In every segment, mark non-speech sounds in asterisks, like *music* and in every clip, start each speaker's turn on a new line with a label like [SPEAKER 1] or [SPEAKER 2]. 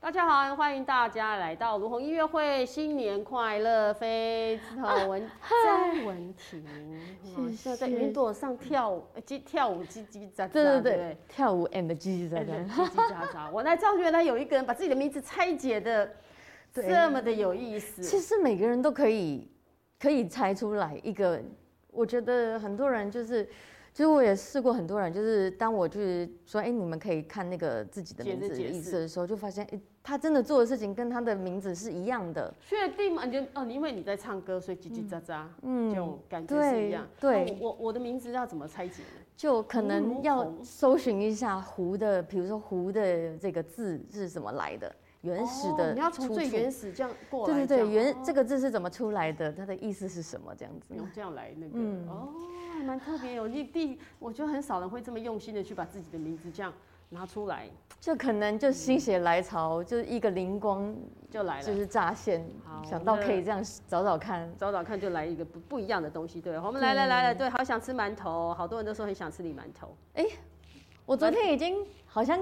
[SPEAKER 1] 大家好，欢迎大家来到卢红音乐会，新年快乐！飞头文詹文
[SPEAKER 2] *laughs*
[SPEAKER 1] 婷，哇
[SPEAKER 2] 谢
[SPEAKER 1] 就在云朵上跳舞，呃叽跳舞叽叽喳喳，
[SPEAKER 2] 对对
[SPEAKER 1] 不
[SPEAKER 2] 对，跳舞 and 叽叽 *laughs* 喳
[SPEAKER 1] 对
[SPEAKER 2] 喳，
[SPEAKER 1] 叽叽喳喳。我才知道原来有一个人把自己的名字拆解的
[SPEAKER 2] 对
[SPEAKER 1] 这么的有意思。
[SPEAKER 2] 其实每个人都可以可以猜出来一个，我觉得很多人就是，就是我也试过很多人，就是当我去说，哎，你们可以看那个自己的
[SPEAKER 1] 解
[SPEAKER 2] 名
[SPEAKER 1] 释
[SPEAKER 2] 字
[SPEAKER 1] 解
[SPEAKER 2] 意
[SPEAKER 1] 释
[SPEAKER 2] 思的时候，就发现，哎，他真的做的事情跟他的名字是一样的，
[SPEAKER 1] 确定吗？你就哦，因为你在唱歌，所以叽叽喳喳，这
[SPEAKER 2] 嗯，
[SPEAKER 1] 种感觉是一样。
[SPEAKER 2] 对
[SPEAKER 1] 那我我我的名字要怎么拆解呢？
[SPEAKER 2] 就可
[SPEAKER 1] 如如
[SPEAKER 2] 能要
[SPEAKER 1] 虹
[SPEAKER 2] 搜寻一下胡的，比如说胡的这个字是怎么来的，原始
[SPEAKER 1] 哦
[SPEAKER 2] 的
[SPEAKER 1] 你要从
[SPEAKER 2] 出
[SPEAKER 1] 最
[SPEAKER 2] 处
[SPEAKER 1] 原始这样过来
[SPEAKER 2] 对对
[SPEAKER 1] 样，
[SPEAKER 2] 对，原
[SPEAKER 1] 哦
[SPEAKER 2] 这个字是怎么出来的？它的意思是什么？这样子。
[SPEAKER 1] 用这样来那个、
[SPEAKER 2] 嗯
[SPEAKER 1] 哦，还蛮特别。有你第，我觉得很少人会这么用心的去把自己的名字这样拿出来，
[SPEAKER 2] 就可能就心血来潮，就是一个灵光，
[SPEAKER 1] 就来
[SPEAKER 2] 就
[SPEAKER 1] 了。
[SPEAKER 2] 是乍现
[SPEAKER 1] 好，
[SPEAKER 2] 想到可以这样找找看。
[SPEAKER 1] 找找看，就来一个不不一样的东西，对吧我们来来来来，对，好想吃馒头，好多人都说很想吃你馒头，
[SPEAKER 2] 我昨天已经好像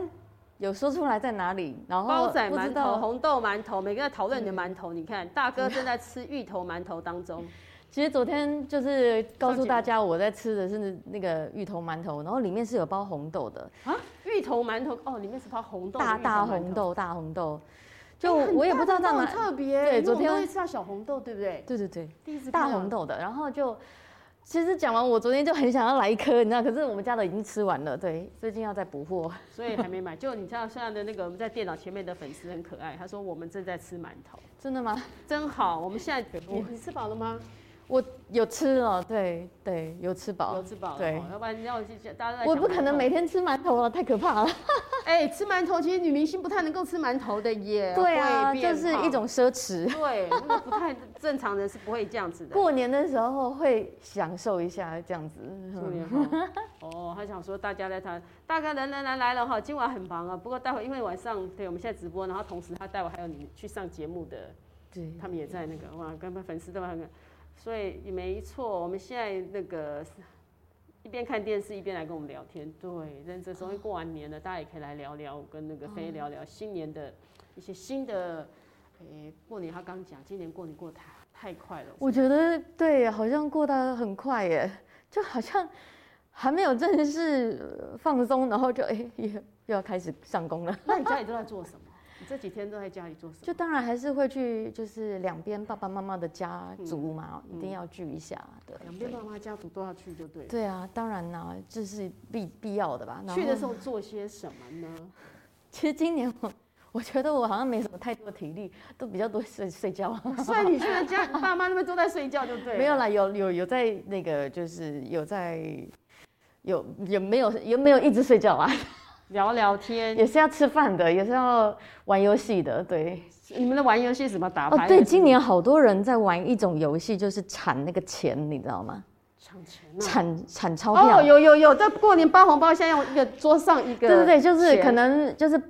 [SPEAKER 2] 有说出来在哪里，然后
[SPEAKER 1] 煲仔
[SPEAKER 2] 不
[SPEAKER 1] 馒
[SPEAKER 2] 知
[SPEAKER 1] 头、
[SPEAKER 2] 道。
[SPEAKER 1] 红豆馒头，每个人在讨论你的馒头。你看，大哥正在吃芋头馒头当中，
[SPEAKER 2] 其实昨天就是告诉大家我在吃的是那个芋头馒头，然后里面是有包红豆的，
[SPEAKER 1] 啊，芋头馒头哦，里面是包红豆的芋头馒头，
[SPEAKER 2] 大大红豆，大红豆。就
[SPEAKER 1] 哎，
[SPEAKER 2] 我也不知道
[SPEAKER 1] 很
[SPEAKER 2] 在
[SPEAKER 1] 大的
[SPEAKER 2] 哪
[SPEAKER 1] 很。特别，
[SPEAKER 2] 对
[SPEAKER 1] 因为
[SPEAKER 2] 昨天
[SPEAKER 1] 我们都会吃到小红豆，对不对？
[SPEAKER 2] 对对对。
[SPEAKER 1] 第一次
[SPEAKER 2] 大
[SPEAKER 1] 看到
[SPEAKER 2] 红豆的，然后就其实讲完，我昨天就很想要来一颗，你知道，可是我们家的已经吃完了，对，最近要再补货。
[SPEAKER 1] 所以还没买。 *laughs* 就你知道现在的那个我们在电脑前面的粉丝很可爱，他说我们正在吃馒头，
[SPEAKER 2] 真的吗？
[SPEAKER 1] 真好。我们现在你你吃饱了吗？
[SPEAKER 2] 我有吃了，对对，有吃饱
[SPEAKER 1] 有。吃饱了，
[SPEAKER 2] 对
[SPEAKER 1] 哦要不然要是大家都在
[SPEAKER 2] 我
[SPEAKER 1] 想
[SPEAKER 2] 不可能
[SPEAKER 1] 馒头
[SPEAKER 2] 每天吃馒头了，啊太可怕了。
[SPEAKER 1] 哎吃馒头，其实女明星不太能够吃馒头的耶。
[SPEAKER 2] 对啊， *laughs*
[SPEAKER 1] 会变
[SPEAKER 2] 就是
[SPEAKER 1] 胖
[SPEAKER 2] 一种奢侈。
[SPEAKER 1] *laughs* 对，那个不太正常人是不会这样子的。
[SPEAKER 2] 过年的时候会享受一下这样子。嗯
[SPEAKER 1] 过年好哦，他想说大家在谈，大概人人来来了哈，今晚很忙啊。不过待会因为晚上对我们现在直播，然后同时他待会还有你们去上节目的
[SPEAKER 2] 对，
[SPEAKER 1] 他们也在那个哇，跟粉丝都很，所以也没错，我们现在那个一边看电视一边来跟我们聊天，对，认真终于过完年了，大家也可以来聊聊，跟那个飞聊聊新年的一些新的，诶、过年他刚讲，今年过年过得太太快了，
[SPEAKER 2] 我觉得对，好像过得很快耶， *laughs* 就好像还没有正式呃放松，然后就哎、 *laughs* 也又要开始上工了。
[SPEAKER 1] 那你家里都在做什么？你这几天都在家里做什么？
[SPEAKER 2] 就当然还是会去，就是两边爸爸妈妈的家族嘛，一定要聚一下的。
[SPEAKER 1] 嗯两边爸妈家族都要去，就对了。
[SPEAKER 2] 对啊，当然啦、这是必必要的吧。然后
[SPEAKER 1] 去的时候做些什么呢？
[SPEAKER 2] 其实今年我我觉得我好像没什么太多体力，都比较多睡睡觉啊。
[SPEAKER 1] 虽然你去了家， *laughs* 爸妈那边都在睡觉，就对了。
[SPEAKER 2] 没有啦，有有有在那个就是有在有有没有有没有一直睡觉啊？
[SPEAKER 1] 聊聊天，
[SPEAKER 2] 也是要吃饭的，也是要玩游戏的，对。
[SPEAKER 1] 你们在玩游戏什么打
[SPEAKER 2] 哦
[SPEAKER 1] 牌？，
[SPEAKER 2] 对，今年好多人在玩一种游戏，就是铲那个钱，你知道吗？
[SPEAKER 1] 抢钱啊！
[SPEAKER 2] 铲铲钞票。
[SPEAKER 1] 哦，有有有，在过年包红包，现在用一个桌上一个，
[SPEAKER 2] 对对对，就是
[SPEAKER 1] 钱
[SPEAKER 2] 可能就是，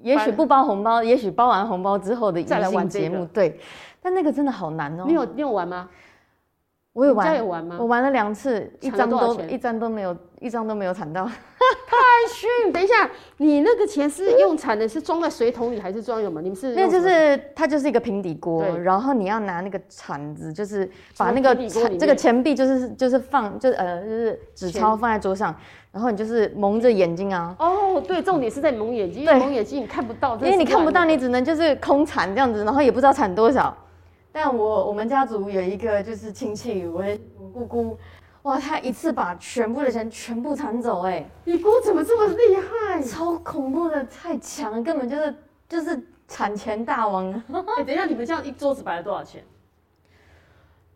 [SPEAKER 2] 也
[SPEAKER 1] 把
[SPEAKER 2] 许不包红包，也许包完红包之后的
[SPEAKER 1] 再来
[SPEAKER 2] 迎
[SPEAKER 1] 玩这
[SPEAKER 2] 新节
[SPEAKER 1] 个
[SPEAKER 2] 目，对。但那个真的好难哦。
[SPEAKER 1] 你有你有玩吗？
[SPEAKER 2] 我有
[SPEAKER 1] 你家
[SPEAKER 2] 玩，
[SPEAKER 1] 有玩吗？
[SPEAKER 2] 我玩了两次，一
[SPEAKER 1] 嗯抢了
[SPEAKER 2] 张
[SPEAKER 1] 多少
[SPEAKER 2] 都
[SPEAKER 1] 钱
[SPEAKER 2] 一张都没有，一张都没有抢到。
[SPEAKER 1] 太逊！等一下，你那个钱是用铲的，是装在水桶里还是装什么？你们是
[SPEAKER 2] 那
[SPEAKER 1] 用什
[SPEAKER 2] 就
[SPEAKER 1] 么
[SPEAKER 2] 是它就是一个平底锅
[SPEAKER 1] 对，
[SPEAKER 2] 然后你要拿那个铲子，就是把
[SPEAKER 1] 从
[SPEAKER 2] 那个
[SPEAKER 1] 平底锅里
[SPEAKER 2] 铲这个
[SPEAKER 1] 面
[SPEAKER 2] 钱币就是就是放就呃就是纸
[SPEAKER 1] 钱
[SPEAKER 2] 钞放在桌上，然后你就是蒙着眼睛啊，
[SPEAKER 1] 哦，对，重点是在你蒙眼睛，因为
[SPEAKER 2] 对
[SPEAKER 1] 蒙眼睛你看不到，
[SPEAKER 2] 因为你看不到，
[SPEAKER 1] 你
[SPEAKER 2] 你只能就是空铲这样子，然后也不知道铲多少。但我我们家族有一个就是亲戚，我的我姑姑，哇，她一次把全部的钱全部铲走、
[SPEAKER 1] 你姑怎么这么厉害
[SPEAKER 2] 哎，？超恐怖的，太强了，根本就是就是铲钱大王，
[SPEAKER 1] *laughs* 哎、等一下，你们这样一桌子摆了多少钱？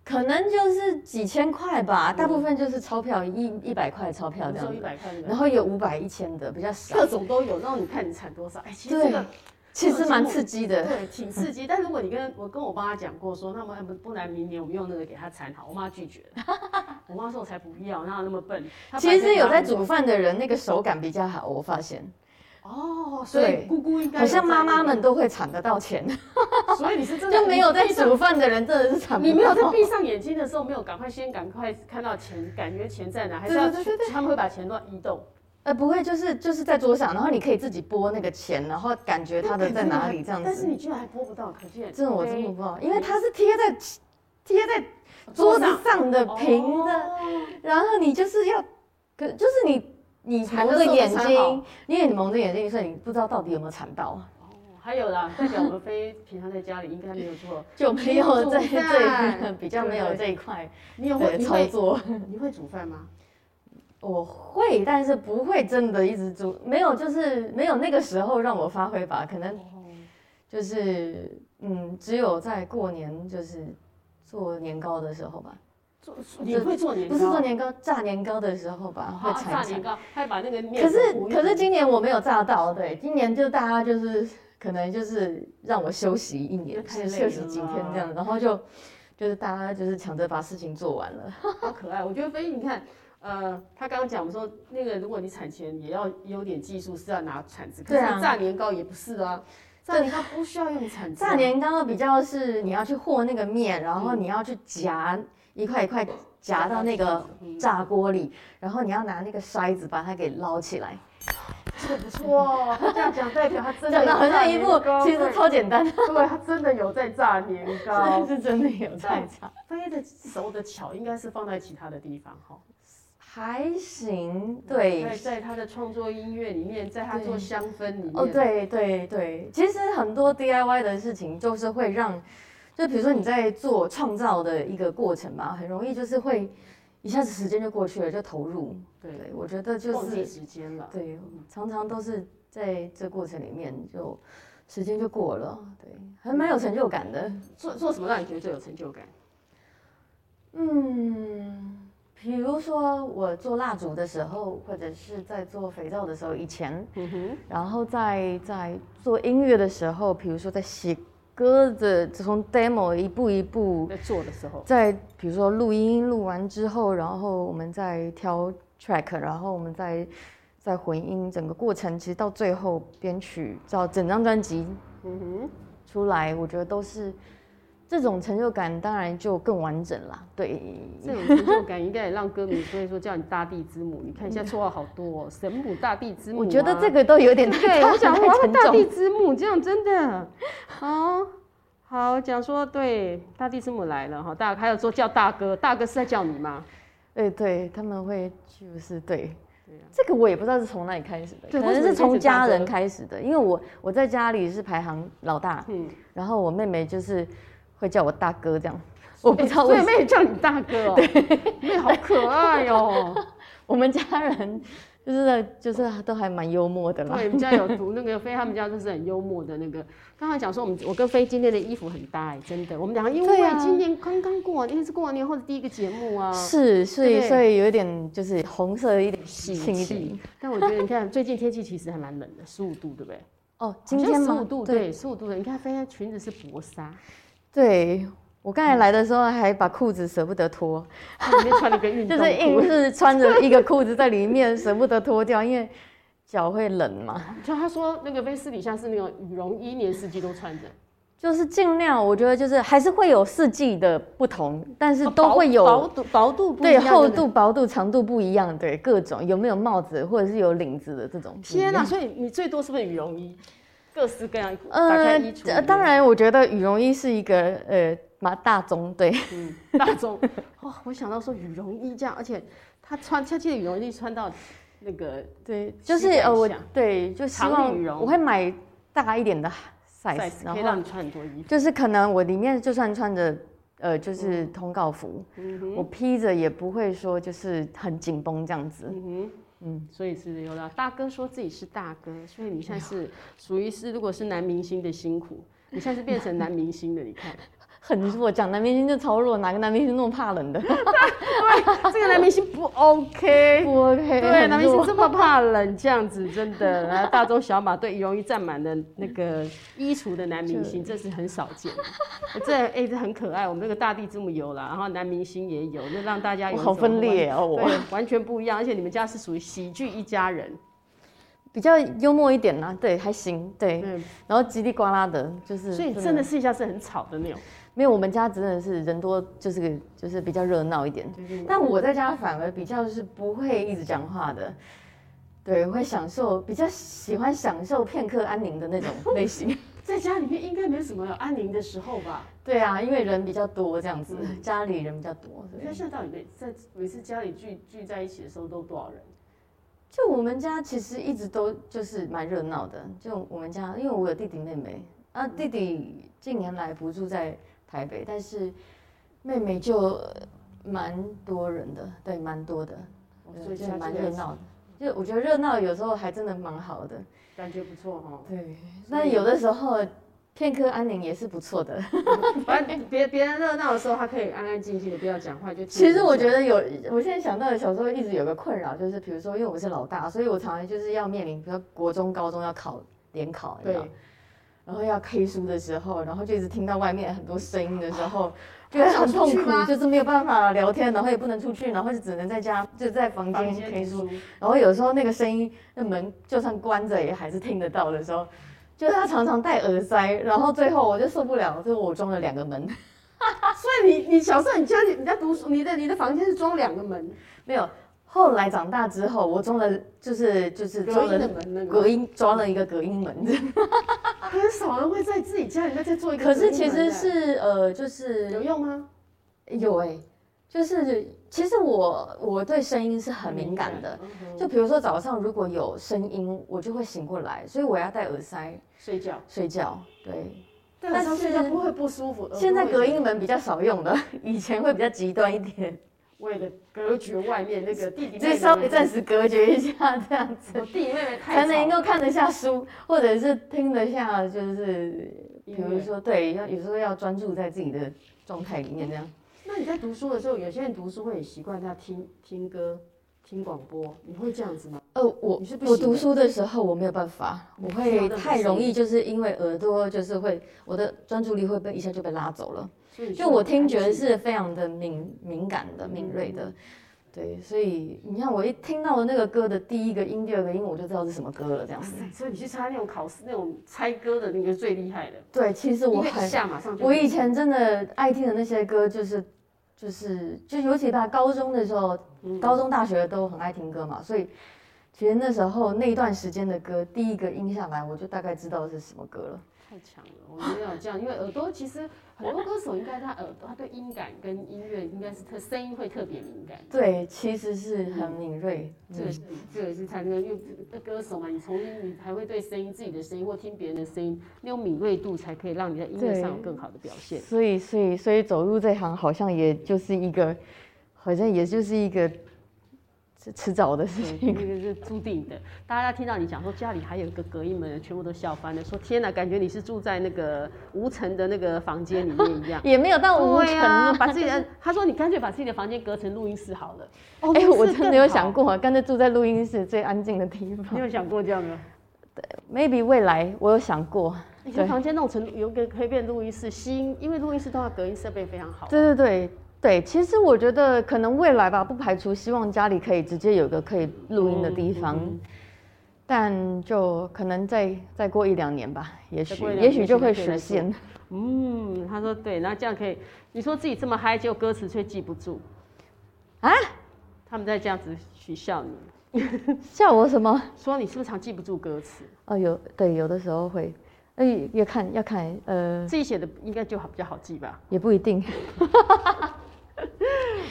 [SPEAKER 2] 可能就是几千块吧，大部分就是钞票一一百块钞票这
[SPEAKER 1] 收
[SPEAKER 2] 样
[SPEAKER 1] 一
[SPEAKER 2] 子，
[SPEAKER 1] 百块，
[SPEAKER 2] 然后有五百一千的比较 *laughs* 少，
[SPEAKER 1] 各种都有，然后你看你产多少？哎、其实这
[SPEAKER 2] 对
[SPEAKER 1] 个
[SPEAKER 2] 其实蛮刺激的。
[SPEAKER 1] 对挺刺激。但如果你跟我跟我妈讲过说，那么呃不不然明年我们用那个给她产好，我妈拒绝了。我妈说我才不要，哪有那么笨？她
[SPEAKER 2] *laughs* 其
[SPEAKER 1] 白
[SPEAKER 2] 实
[SPEAKER 1] 天
[SPEAKER 2] 有
[SPEAKER 1] 拿
[SPEAKER 2] 在煮饭的人，那个手感比较好，我发现，
[SPEAKER 1] 哦，所以
[SPEAKER 2] 对
[SPEAKER 1] 姑姑应该
[SPEAKER 2] 好像
[SPEAKER 1] 有在
[SPEAKER 2] 妈妈们都会铲得到钱。
[SPEAKER 1] *laughs* 所以你是真的
[SPEAKER 2] *laughs* 就没有在
[SPEAKER 1] 闭上
[SPEAKER 2] 煮饭的人真的是惨。 *laughs*
[SPEAKER 1] 你没有在闭上眼睛的时候，没有赶快先赶快看到钱，感觉钱在哪，还是要
[SPEAKER 2] 对对对对
[SPEAKER 1] 他们会把钱都移动。
[SPEAKER 2] 呃，不会，就是就是在桌上，然后你可以自己拨那个钱，然后感觉它的在哪里这样
[SPEAKER 1] 但是
[SPEAKER 2] 子。
[SPEAKER 1] 你居然还拨不到，可见
[SPEAKER 2] 这种我真
[SPEAKER 1] 非
[SPEAKER 2] 的不知道，因为它是贴在贴在桌子上的平的，
[SPEAKER 1] 哦
[SPEAKER 2] 然后你就是要，可就是你你
[SPEAKER 3] 缠
[SPEAKER 2] 蒙
[SPEAKER 3] 着
[SPEAKER 2] 着
[SPEAKER 3] 手
[SPEAKER 2] 眼
[SPEAKER 3] 才好
[SPEAKER 2] 睛，因为你蒙着眼睛，所以你不知道到底有没有缠到，
[SPEAKER 1] 哦还有啦，代表我们非平常在家里应该没有做。
[SPEAKER 2] 就没有在
[SPEAKER 3] 煮
[SPEAKER 2] 这
[SPEAKER 3] 饭
[SPEAKER 2] 比较没有
[SPEAKER 1] 对
[SPEAKER 2] 这一块
[SPEAKER 1] 你有会
[SPEAKER 2] 的
[SPEAKER 1] 你
[SPEAKER 2] 操
[SPEAKER 1] 会
[SPEAKER 2] 作。
[SPEAKER 1] 你会煮饭吗？
[SPEAKER 2] 我会，但是不会真的一直煮，没有就是没有那个时候让我发挥吧，可能就是嗯，只有在过年就是做年糕的时候吧，
[SPEAKER 1] 做你会做年糕？
[SPEAKER 2] 不是做年糕，炸年糕的时候吧，会
[SPEAKER 1] 啊
[SPEAKER 2] 缠
[SPEAKER 1] 炸
[SPEAKER 2] 一缠
[SPEAKER 1] 年。糕，还把那个面
[SPEAKER 2] 可是
[SPEAKER 1] 糊一
[SPEAKER 2] 可是
[SPEAKER 1] 糊
[SPEAKER 2] 今年我没有炸到，对，今年就大家就是可能就是让我休息一年，
[SPEAKER 1] 太
[SPEAKER 2] 就是
[SPEAKER 1] 累
[SPEAKER 2] 休息
[SPEAKER 1] 了
[SPEAKER 2] 几天
[SPEAKER 1] 啦
[SPEAKER 2] 这样，然后就就是大家就是抢着把事情做完了。
[SPEAKER 1] 好可爱。我觉得飞，你看，呃，他刚刚讲我说那个，如果你产前也要有点技术，是要拿铲子。可
[SPEAKER 2] 对啊
[SPEAKER 1] 是炸年糕也不是
[SPEAKER 2] *laughs*
[SPEAKER 1] 啊，炸年糕不需要用铲子、
[SPEAKER 2] 炸，年糕比较是你要去和那个面，然后你要去夹一块一块夹到那个
[SPEAKER 1] 嗯
[SPEAKER 2] 炸锅里，然后你要拿那个筛子把它给捞起来。
[SPEAKER 1] 这个不错哦。他这样讲代表他真的有
[SPEAKER 2] 讲的好
[SPEAKER 1] 炸
[SPEAKER 2] 像一
[SPEAKER 1] 年 *laughs*
[SPEAKER 2] 部
[SPEAKER 1] 糕，
[SPEAKER 2] 其实超简单，
[SPEAKER 1] 对他真的有在炸年
[SPEAKER 2] 但
[SPEAKER 1] 糕。
[SPEAKER 2] *laughs* 是真的有在炸，
[SPEAKER 1] 飞的手的巧应该是放在其他的地方哈。
[SPEAKER 2] 还行，对
[SPEAKER 1] 在。在他的创作音乐里面，在他做
[SPEAKER 2] 对
[SPEAKER 1] 香氛里面，
[SPEAKER 2] 哦，对对对，其实很多 DIY 的事情就是会让，就比如说你在做创造的一个过程嘛，很容易就是会一下子时间就过去了，就投入。
[SPEAKER 1] 对，
[SPEAKER 2] 对，我觉得就
[SPEAKER 1] 忘
[SPEAKER 2] 是
[SPEAKER 1] 记时间了。
[SPEAKER 2] 对，常常都是在这过程里面就时间就过了，对，还蛮有成就感的。
[SPEAKER 1] 做做什么让你觉得最有成就感？
[SPEAKER 2] 嗯，比如说我做蜡烛的时候，或者是在做肥皂的时候，以前，
[SPEAKER 1] 嗯哼，
[SPEAKER 2] 然后在在做音乐的时候，比如说在写歌的，从 demo 一步一步，
[SPEAKER 1] 在做的时候，
[SPEAKER 2] 在比如说录音录完之后，然后我们再挑 track，然后我们再再混音，整个过程其实到最后编曲到整张专辑
[SPEAKER 1] 嗯哼。
[SPEAKER 2] 出来，我觉得都是这种成就感，当然就更完整啦。对，
[SPEAKER 1] 这种成就感应该也让歌迷，所以说叫你大地之母。你看现在绰号好多、哦，神母、大地之母啊、
[SPEAKER 2] 我觉
[SPEAKER 1] *laughs*
[SPEAKER 2] 得这个都有点太
[SPEAKER 1] 对，我想
[SPEAKER 2] 太
[SPEAKER 1] 哇，
[SPEAKER 2] 沉
[SPEAKER 1] 大地
[SPEAKER 2] 重。
[SPEAKER 1] 之母这样真
[SPEAKER 2] *laughs*
[SPEAKER 1] 的，哦，好讲说对，大地之母来了哈，大还有说叫大哥，大哥是在叫你吗？
[SPEAKER 2] 对哎对，他们会就是对
[SPEAKER 1] 对啊。
[SPEAKER 2] 这个我也不知道是从哪里开始的，
[SPEAKER 1] 对
[SPEAKER 2] 可
[SPEAKER 1] 为什么你
[SPEAKER 2] 能是
[SPEAKER 1] 开始
[SPEAKER 2] 从
[SPEAKER 1] 当
[SPEAKER 2] 家
[SPEAKER 1] 哥
[SPEAKER 2] 人开始的，因为我我在家里是排行老大，
[SPEAKER 1] 嗯，
[SPEAKER 2] 然后我妹妹就是会叫我大哥这
[SPEAKER 1] *laughs*
[SPEAKER 2] 样，我不知道
[SPEAKER 1] 所
[SPEAKER 2] 为
[SPEAKER 1] 以
[SPEAKER 2] 什么。
[SPEAKER 1] 妹叫你大哥、哦，妹好可爱哦。
[SPEAKER 2] 我们家人就是就是都还蛮幽默的啦
[SPEAKER 1] 对，。我们家有读那个飞，他们家就是很幽默的那个。刚才讲说我们我跟飞今天的衣服很搭哎、真的，我们两个因
[SPEAKER 2] 对
[SPEAKER 1] 为
[SPEAKER 2] 啊
[SPEAKER 1] 今年刚刚过完，因为是过完年后的第一个节目啊，
[SPEAKER 2] 是，所
[SPEAKER 1] 对
[SPEAKER 2] 以
[SPEAKER 1] 不对
[SPEAKER 2] 所以有一点就是红色一点，喜
[SPEAKER 1] 喜
[SPEAKER 2] 庆一点。
[SPEAKER 1] 气。但我觉得你看，最近天气其实还蛮冷的，十五度，对不对？
[SPEAKER 2] 哦，今天
[SPEAKER 1] 十
[SPEAKER 2] 吗
[SPEAKER 1] 五度，对，十五度的。你看，飞燕裙子是薄纱，
[SPEAKER 2] 对，我刚才
[SPEAKER 1] 嗯
[SPEAKER 2] 来的时候还把裤子舍不得脱，
[SPEAKER 1] 它里面穿了个运
[SPEAKER 2] *laughs* 就
[SPEAKER 1] 动
[SPEAKER 2] 是硬
[SPEAKER 1] 裤。
[SPEAKER 2] 是穿着一个裤子在里面，舍不得脱掉，因为脚会冷嘛。
[SPEAKER 1] 就他说那个飞私底下是那种羽绒衣，一年四季都穿着，
[SPEAKER 2] 就是尽量，我觉得就是还是会有四季的不同，但是
[SPEAKER 1] 哦
[SPEAKER 2] 都
[SPEAKER 1] 薄
[SPEAKER 2] 会有、
[SPEAKER 1] 薄度薄度不一
[SPEAKER 2] 对
[SPEAKER 1] 样
[SPEAKER 2] 厚。
[SPEAKER 1] 不
[SPEAKER 2] 度、薄度、长度不一样，对各种有没有帽子或者是有领子的这种。
[SPEAKER 1] 天哪！！所以你最多是不是羽绒衣？各式各样，打开
[SPEAKER 2] 呃
[SPEAKER 1] 衣橱里面、，
[SPEAKER 2] 呃当然，我觉得羽绒衣是一个呃蛮大宗，对，
[SPEAKER 1] 嗯，大众。 *laughs* 哇、我想到说羽绒衣这样，而且他穿，他记得羽绒衣穿到那个
[SPEAKER 2] 对，就是
[SPEAKER 1] 膝盖
[SPEAKER 2] 呃我
[SPEAKER 1] 以下
[SPEAKER 2] 对就希
[SPEAKER 1] 长
[SPEAKER 2] 望
[SPEAKER 1] 羽绒
[SPEAKER 2] 我会买大一点的 size，
[SPEAKER 1] size
[SPEAKER 2] 然
[SPEAKER 1] 可以
[SPEAKER 2] 后
[SPEAKER 1] 让你穿很多衣服。
[SPEAKER 2] 就是可能我里面就算穿着呃就是通告服，
[SPEAKER 1] 嗯哼，
[SPEAKER 2] 我披着也不会说就是很紧绷这样子。
[SPEAKER 1] 嗯哼。嗯，所以是有了。大哥说自己是大哥，所以你现在
[SPEAKER 2] 哎
[SPEAKER 1] 是属于是，如果是男明星的辛苦，你现在是变
[SPEAKER 2] *laughs*
[SPEAKER 1] 成男明星的。你看，
[SPEAKER 2] 很弱，讲男明星就超弱，哪个男明星那么怕冷的？
[SPEAKER 1] 这个男明星不 OK，
[SPEAKER 2] 不 *laughs* OK，
[SPEAKER 1] 对，男
[SPEAKER 2] 哎很
[SPEAKER 1] 明星
[SPEAKER 2] 弱
[SPEAKER 1] 这么怕冷，这样子真的。
[SPEAKER 2] *laughs*
[SPEAKER 1] 然后大中小马对羽绒衣占满了那个衣橱的男明星，这是很少见的。这哎、这很可爱。我们那个大地之母有啦，然后男明星也有，那让大家有
[SPEAKER 2] 我好分裂哦，
[SPEAKER 1] 一种
[SPEAKER 2] 我
[SPEAKER 1] 完，对，完全不一样。而且你们家是属于喜剧一家人，
[SPEAKER 2] 比较幽默一点啦，对，还行，对，
[SPEAKER 1] 对，
[SPEAKER 2] 然后叽里呱啦的，就是
[SPEAKER 1] 嗯所以真的私底下是很吵的那种。
[SPEAKER 2] 没有我们家真的是人多，就是个就是嗯比较热闹一点，但我在家反而比较是不会一直讲话的，对，会享受比较喜欢享受片刻安宁的那种类型。 *laughs*
[SPEAKER 1] 在家里面应该没什么安宁的时候吧？
[SPEAKER 2] 对啊，因为人比较多这样子，家里人比较多，
[SPEAKER 1] 你
[SPEAKER 2] 对
[SPEAKER 1] 看现在到底每在每次家里聚聚在一起的时候都多少人？
[SPEAKER 2] 就我们家其实一直都就是蛮热闹的，就我们家，因为我有弟弟妹妹，啊，弟弟近年来不住在台北，但是妹妹就呃蛮多人的，对，蛮多的，
[SPEAKER 1] 哦
[SPEAKER 2] 对
[SPEAKER 1] 所以
[SPEAKER 2] 就
[SPEAKER 1] 家
[SPEAKER 2] 蛮
[SPEAKER 1] 聚在
[SPEAKER 2] 热
[SPEAKER 1] 一起
[SPEAKER 2] 闹的。就我觉得热闹有时候还真的蛮好的，
[SPEAKER 1] 感觉不错哈、
[SPEAKER 2] 对。那有的时候片刻安宁也是不错的。
[SPEAKER 1] *laughs* 反正别别人热闹的时候，他可以安安静静的，不要讲话就。
[SPEAKER 2] 其实我觉，得有，我现在想到小时候一直有个困扰，就是比如说，因为我是老大，所以我常常就是要面临，比如说国中、高中要考联考，你知道
[SPEAKER 1] 对，
[SPEAKER 2] 然后要 K 书的时候，然后就一直听到外面很多声音的时候，觉得很痛
[SPEAKER 1] 啊还想出去
[SPEAKER 2] 苦
[SPEAKER 1] 吗，
[SPEAKER 2] 就是没有办法聊天，然后也不能出去，然后就只能在家，就在房
[SPEAKER 1] 房
[SPEAKER 2] 间
[SPEAKER 1] 间
[SPEAKER 2] K
[SPEAKER 1] 读
[SPEAKER 2] 书，
[SPEAKER 1] 书，
[SPEAKER 2] 然后有时候那个声音，那门就算关着也还是听得到的时候，就是他常常戴耳塞，然后最后我就受不了，就我装了两个门。
[SPEAKER 1] 啊所以你你小时候你家里你在读书，你的你的房间是装两个门，
[SPEAKER 2] 没有，后来长大之后，我装了就是就是
[SPEAKER 1] 隔
[SPEAKER 2] 装
[SPEAKER 1] 音的
[SPEAKER 2] 了
[SPEAKER 1] 门那个，
[SPEAKER 2] 隔音，装了一个隔音门。
[SPEAKER 1] 很少人会在自己家里面再做一个隔音
[SPEAKER 2] 可
[SPEAKER 1] 门
[SPEAKER 2] 是
[SPEAKER 1] 的。
[SPEAKER 2] 其实是呃，就
[SPEAKER 1] 有
[SPEAKER 2] 是
[SPEAKER 1] 用吗？
[SPEAKER 2] 有哎、就是其实我我对声音是很敏感的。
[SPEAKER 1] 嗯哼，
[SPEAKER 2] 就比如说早上如果有声音，我就会醒过来，所以我要戴耳塞
[SPEAKER 1] 睡觉，
[SPEAKER 2] 睡觉。对，
[SPEAKER 1] 但是
[SPEAKER 2] 但是
[SPEAKER 1] 睡觉啊不会不舒服。耳朵
[SPEAKER 2] 现在
[SPEAKER 1] 会
[SPEAKER 2] 隔音门比较少用了， *laughs* 以前会比较极端一点，
[SPEAKER 1] 为了隔绝外面那个弟弟妹妹，
[SPEAKER 2] 就稍微暂时隔绝一下这样子。
[SPEAKER 1] 我弟弟妹妹太
[SPEAKER 2] 才能
[SPEAKER 1] 吵
[SPEAKER 2] 够看得下书，或者是听得下，就是比
[SPEAKER 1] 音
[SPEAKER 2] 如
[SPEAKER 1] 乐
[SPEAKER 2] 说对，要有时候要专注在自己的状态里面这样。
[SPEAKER 1] 那你在读书的时候，有些人读书会很习惯他听听歌、听广播，你会这样子吗？
[SPEAKER 2] 呃，我
[SPEAKER 1] 你是不
[SPEAKER 2] 我
[SPEAKER 1] 行
[SPEAKER 2] 读
[SPEAKER 1] 的
[SPEAKER 2] 书的时候我没有办法，我
[SPEAKER 1] 听到
[SPEAKER 2] 会
[SPEAKER 1] 任何
[SPEAKER 2] 太
[SPEAKER 1] 声
[SPEAKER 2] 容易就是因为耳朵就是会我的专注力会被一下就被拉走了，
[SPEAKER 1] 所以你需
[SPEAKER 2] 就
[SPEAKER 1] 要
[SPEAKER 2] 我
[SPEAKER 1] 很
[SPEAKER 2] 听
[SPEAKER 1] 安
[SPEAKER 2] 觉
[SPEAKER 1] 静
[SPEAKER 2] 是非常的敏敏感的、敏锐的，对，所以你看我一听到那个歌的第一个音、第二个音，我就知道是什么歌了这样
[SPEAKER 1] 哇
[SPEAKER 2] 子。
[SPEAKER 1] 塞，所以你去参加那种考试、那种猜歌的那个最厉害的，
[SPEAKER 2] 对，其实我
[SPEAKER 1] 因为
[SPEAKER 2] 很
[SPEAKER 1] 一下马上就
[SPEAKER 2] 我以前真的爱听的那些歌，就是就是就尤其到高中的时候，
[SPEAKER 1] 嗯
[SPEAKER 2] 高中、大学都很爱听歌嘛，所以其实那时候那一段时间的歌，第一个音下来，我就大概知道是什么歌了。
[SPEAKER 1] 太强了，我没有这样，因为耳朵其实很多歌手应该他耳朵他对音感跟音乐应该是特声音会特别敏感。
[SPEAKER 2] 对，其实是很敏锐。
[SPEAKER 1] 这个是这个是才能用歌手嘛，你从你还会对声音、自己的声音或听别人的声音，那种敏锐度才可以让你在音乐上有
[SPEAKER 2] 对
[SPEAKER 1] 更好的表现。
[SPEAKER 2] 所以，所以，所以走入这行，好像也就是一个，好像也就是一个迟迟早的事情。。
[SPEAKER 1] 那个是注定的。大家听到你讲说家里还有一个隔音门，全部都笑翻了，说天哪，感觉你是住在那个无尘的那个房间里面一样
[SPEAKER 2] 也没有到无
[SPEAKER 1] *laughs* 对
[SPEAKER 2] 尘
[SPEAKER 1] 呀、
[SPEAKER 2] 啊，
[SPEAKER 1] 把自己的他说你干脆把自己的房间隔成录音室好了。哦
[SPEAKER 2] 哎、我真的
[SPEAKER 1] *laughs* 录
[SPEAKER 2] 有想，
[SPEAKER 1] 音室更好
[SPEAKER 2] 过啊，干脆住在录音室最安静的地方
[SPEAKER 1] 你。有想过这样吗？
[SPEAKER 2] maybe 未来我有想过，
[SPEAKER 1] 你的房间弄成有个可以变录音室，吸音，因为录音室都要隔音设备非常好。
[SPEAKER 2] 对对对对，其实我觉得可能未来吧，不排除希望家里可以直接有个可以录音的地方，但就可能再再过一两年吧，也
[SPEAKER 1] 再
[SPEAKER 2] 许
[SPEAKER 1] 过一两
[SPEAKER 2] 也许
[SPEAKER 1] 年
[SPEAKER 2] 就
[SPEAKER 1] 就
[SPEAKER 2] 会
[SPEAKER 1] 可以来
[SPEAKER 2] 实现。
[SPEAKER 1] 嗯，他说对，那这样可以。你说自己这么嗨，结果歌词却记不住
[SPEAKER 2] 啊？
[SPEAKER 1] 他们在这样子取笑你，
[SPEAKER 2] *laughs* 笑我什么？
[SPEAKER 1] 说你是不是常记不住歌词？
[SPEAKER 2] 哦，有对，有的时候会，哎，要看要看，呃，
[SPEAKER 1] 自己写的应该就好比较好记吧，
[SPEAKER 2] 也不一定，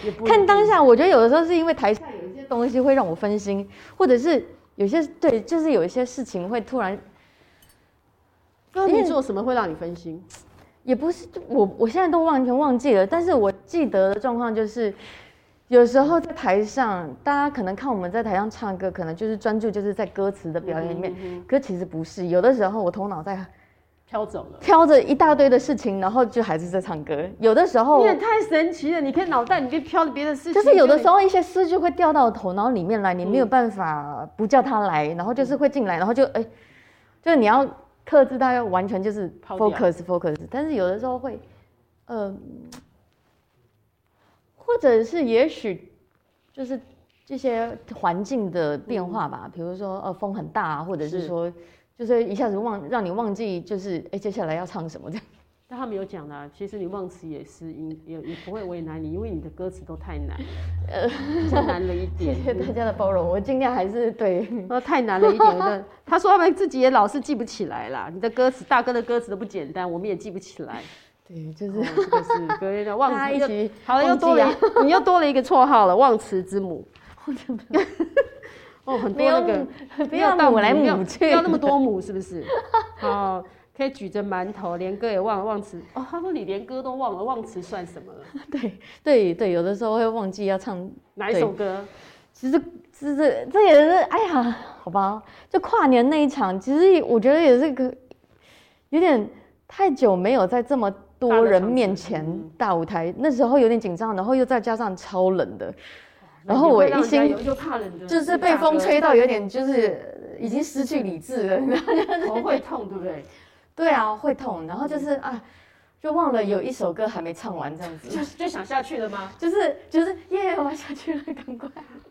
[SPEAKER 1] 也不
[SPEAKER 2] 看当下。我觉得有的时候是因为台下有一些东西会让我分心，或者是有些对，就是有一些事情会突然
[SPEAKER 1] 歌迷做什么会让你分心？
[SPEAKER 2] 也不是就我，我现在都完全忘记了。但是我记得的状况就是，有时候在台上，大家可能看我们在台上唱歌，可能就是专注就是在歌词的表演里面。可其实不是，有的时候我头脑在
[SPEAKER 1] 飘走了，
[SPEAKER 2] 飘着一大堆的事情，然后就还是在唱歌。有的时
[SPEAKER 1] 你
[SPEAKER 2] 候
[SPEAKER 1] 也太神奇了！你可以脑袋里面飘着别的事情，
[SPEAKER 2] 就是有的时
[SPEAKER 1] 候
[SPEAKER 2] 候一些诗句会掉到头脑里面来，你
[SPEAKER 1] 嗯
[SPEAKER 2] 没有办法不叫它来，然后就是会进来，然后就哎、就是你要克制它，要完全就是
[SPEAKER 1] 抛掉
[SPEAKER 2] focus focus，但是有的时候会，呃，或者是也许就是这些环境的变化吧，比如说呃风很大啊，或者是
[SPEAKER 1] 嗯是
[SPEAKER 2] 说就是一下子忘让你忘记就是哎、接下来要唱什么这样， *laughs*
[SPEAKER 1] 但他们有讲啦，其实你忘词也是应也也不会为难你，因为你的歌词都太难
[SPEAKER 2] 呃
[SPEAKER 1] 了，太难了一
[SPEAKER 2] 谢
[SPEAKER 1] 点。
[SPEAKER 2] *laughs* 谢大家的包容，我尽量还是对
[SPEAKER 1] 呃，太难了一点。那他说他们自己也老是记不起来啦。你的歌词，大哥的歌词都不简单，我们也记不起来。
[SPEAKER 2] 对，就
[SPEAKER 1] 就是是哦这个是各位的忘
[SPEAKER 2] 大家
[SPEAKER 1] 词
[SPEAKER 2] 一
[SPEAKER 1] 又，
[SPEAKER 2] 起
[SPEAKER 1] 好像又多
[SPEAKER 2] 忘记
[SPEAKER 1] 了
[SPEAKER 2] 啊
[SPEAKER 1] 一，你又多了一个绰号了，忘词之母。
[SPEAKER 2] *laughs*
[SPEAKER 1] *laughs* 哦，很
[SPEAKER 2] 没
[SPEAKER 1] 多那
[SPEAKER 2] 有
[SPEAKER 1] 个
[SPEAKER 2] 母不
[SPEAKER 1] *laughs* 没有
[SPEAKER 2] 要
[SPEAKER 1] 到
[SPEAKER 2] 母来
[SPEAKER 1] 没有
[SPEAKER 2] 母去，
[SPEAKER 1] 不要那么多母，是不
[SPEAKER 2] *laughs*
[SPEAKER 1] 是？哦，可以举着馒头，连歌也忘了，忘词。哦，他说你连歌都忘了，忘词算什么了？
[SPEAKER 2] *laughs* 对对对，有的时候会忘记要唱。
[SPEAKER 1] 哪一首歌？
[SPEAKER 2] 其实这这这也是，哎呀，好吧，就跨年那一场，其实我觉得也是个有点太久没有在这么多人面前
[SPEAKER 1] 大的场子
[SPEAKER 2] 大舞台，那时候有点紧张，然后又再加上超冷的，
[SPEAKER 1] 那
[SPEAKER 2] 然后
[SPEAKER 1] 你
[SPEAKER 2] 我
[SPEAKER 1] 会让
[SPEAKER 2] 一
[SPEAKER 1] 人家
[SPEAKER 2] 心
[SPEAKER 1] 有又怕冷的，
[SPEAKER 2] 嗯就是被风，吹到有点就是呃已经失去理智了。
[SPEAKER 1] 头会痛，对不对？
[SPEAKER 2] *laughs* 对啊，会痛，然后就是啊，就忘了有一首歌还没唱完这样子。 *laughs*
[SPEAKER 1] 就就想下去了吗？
[SPEAKER 2] 就是就是耶，我要下去了，赶快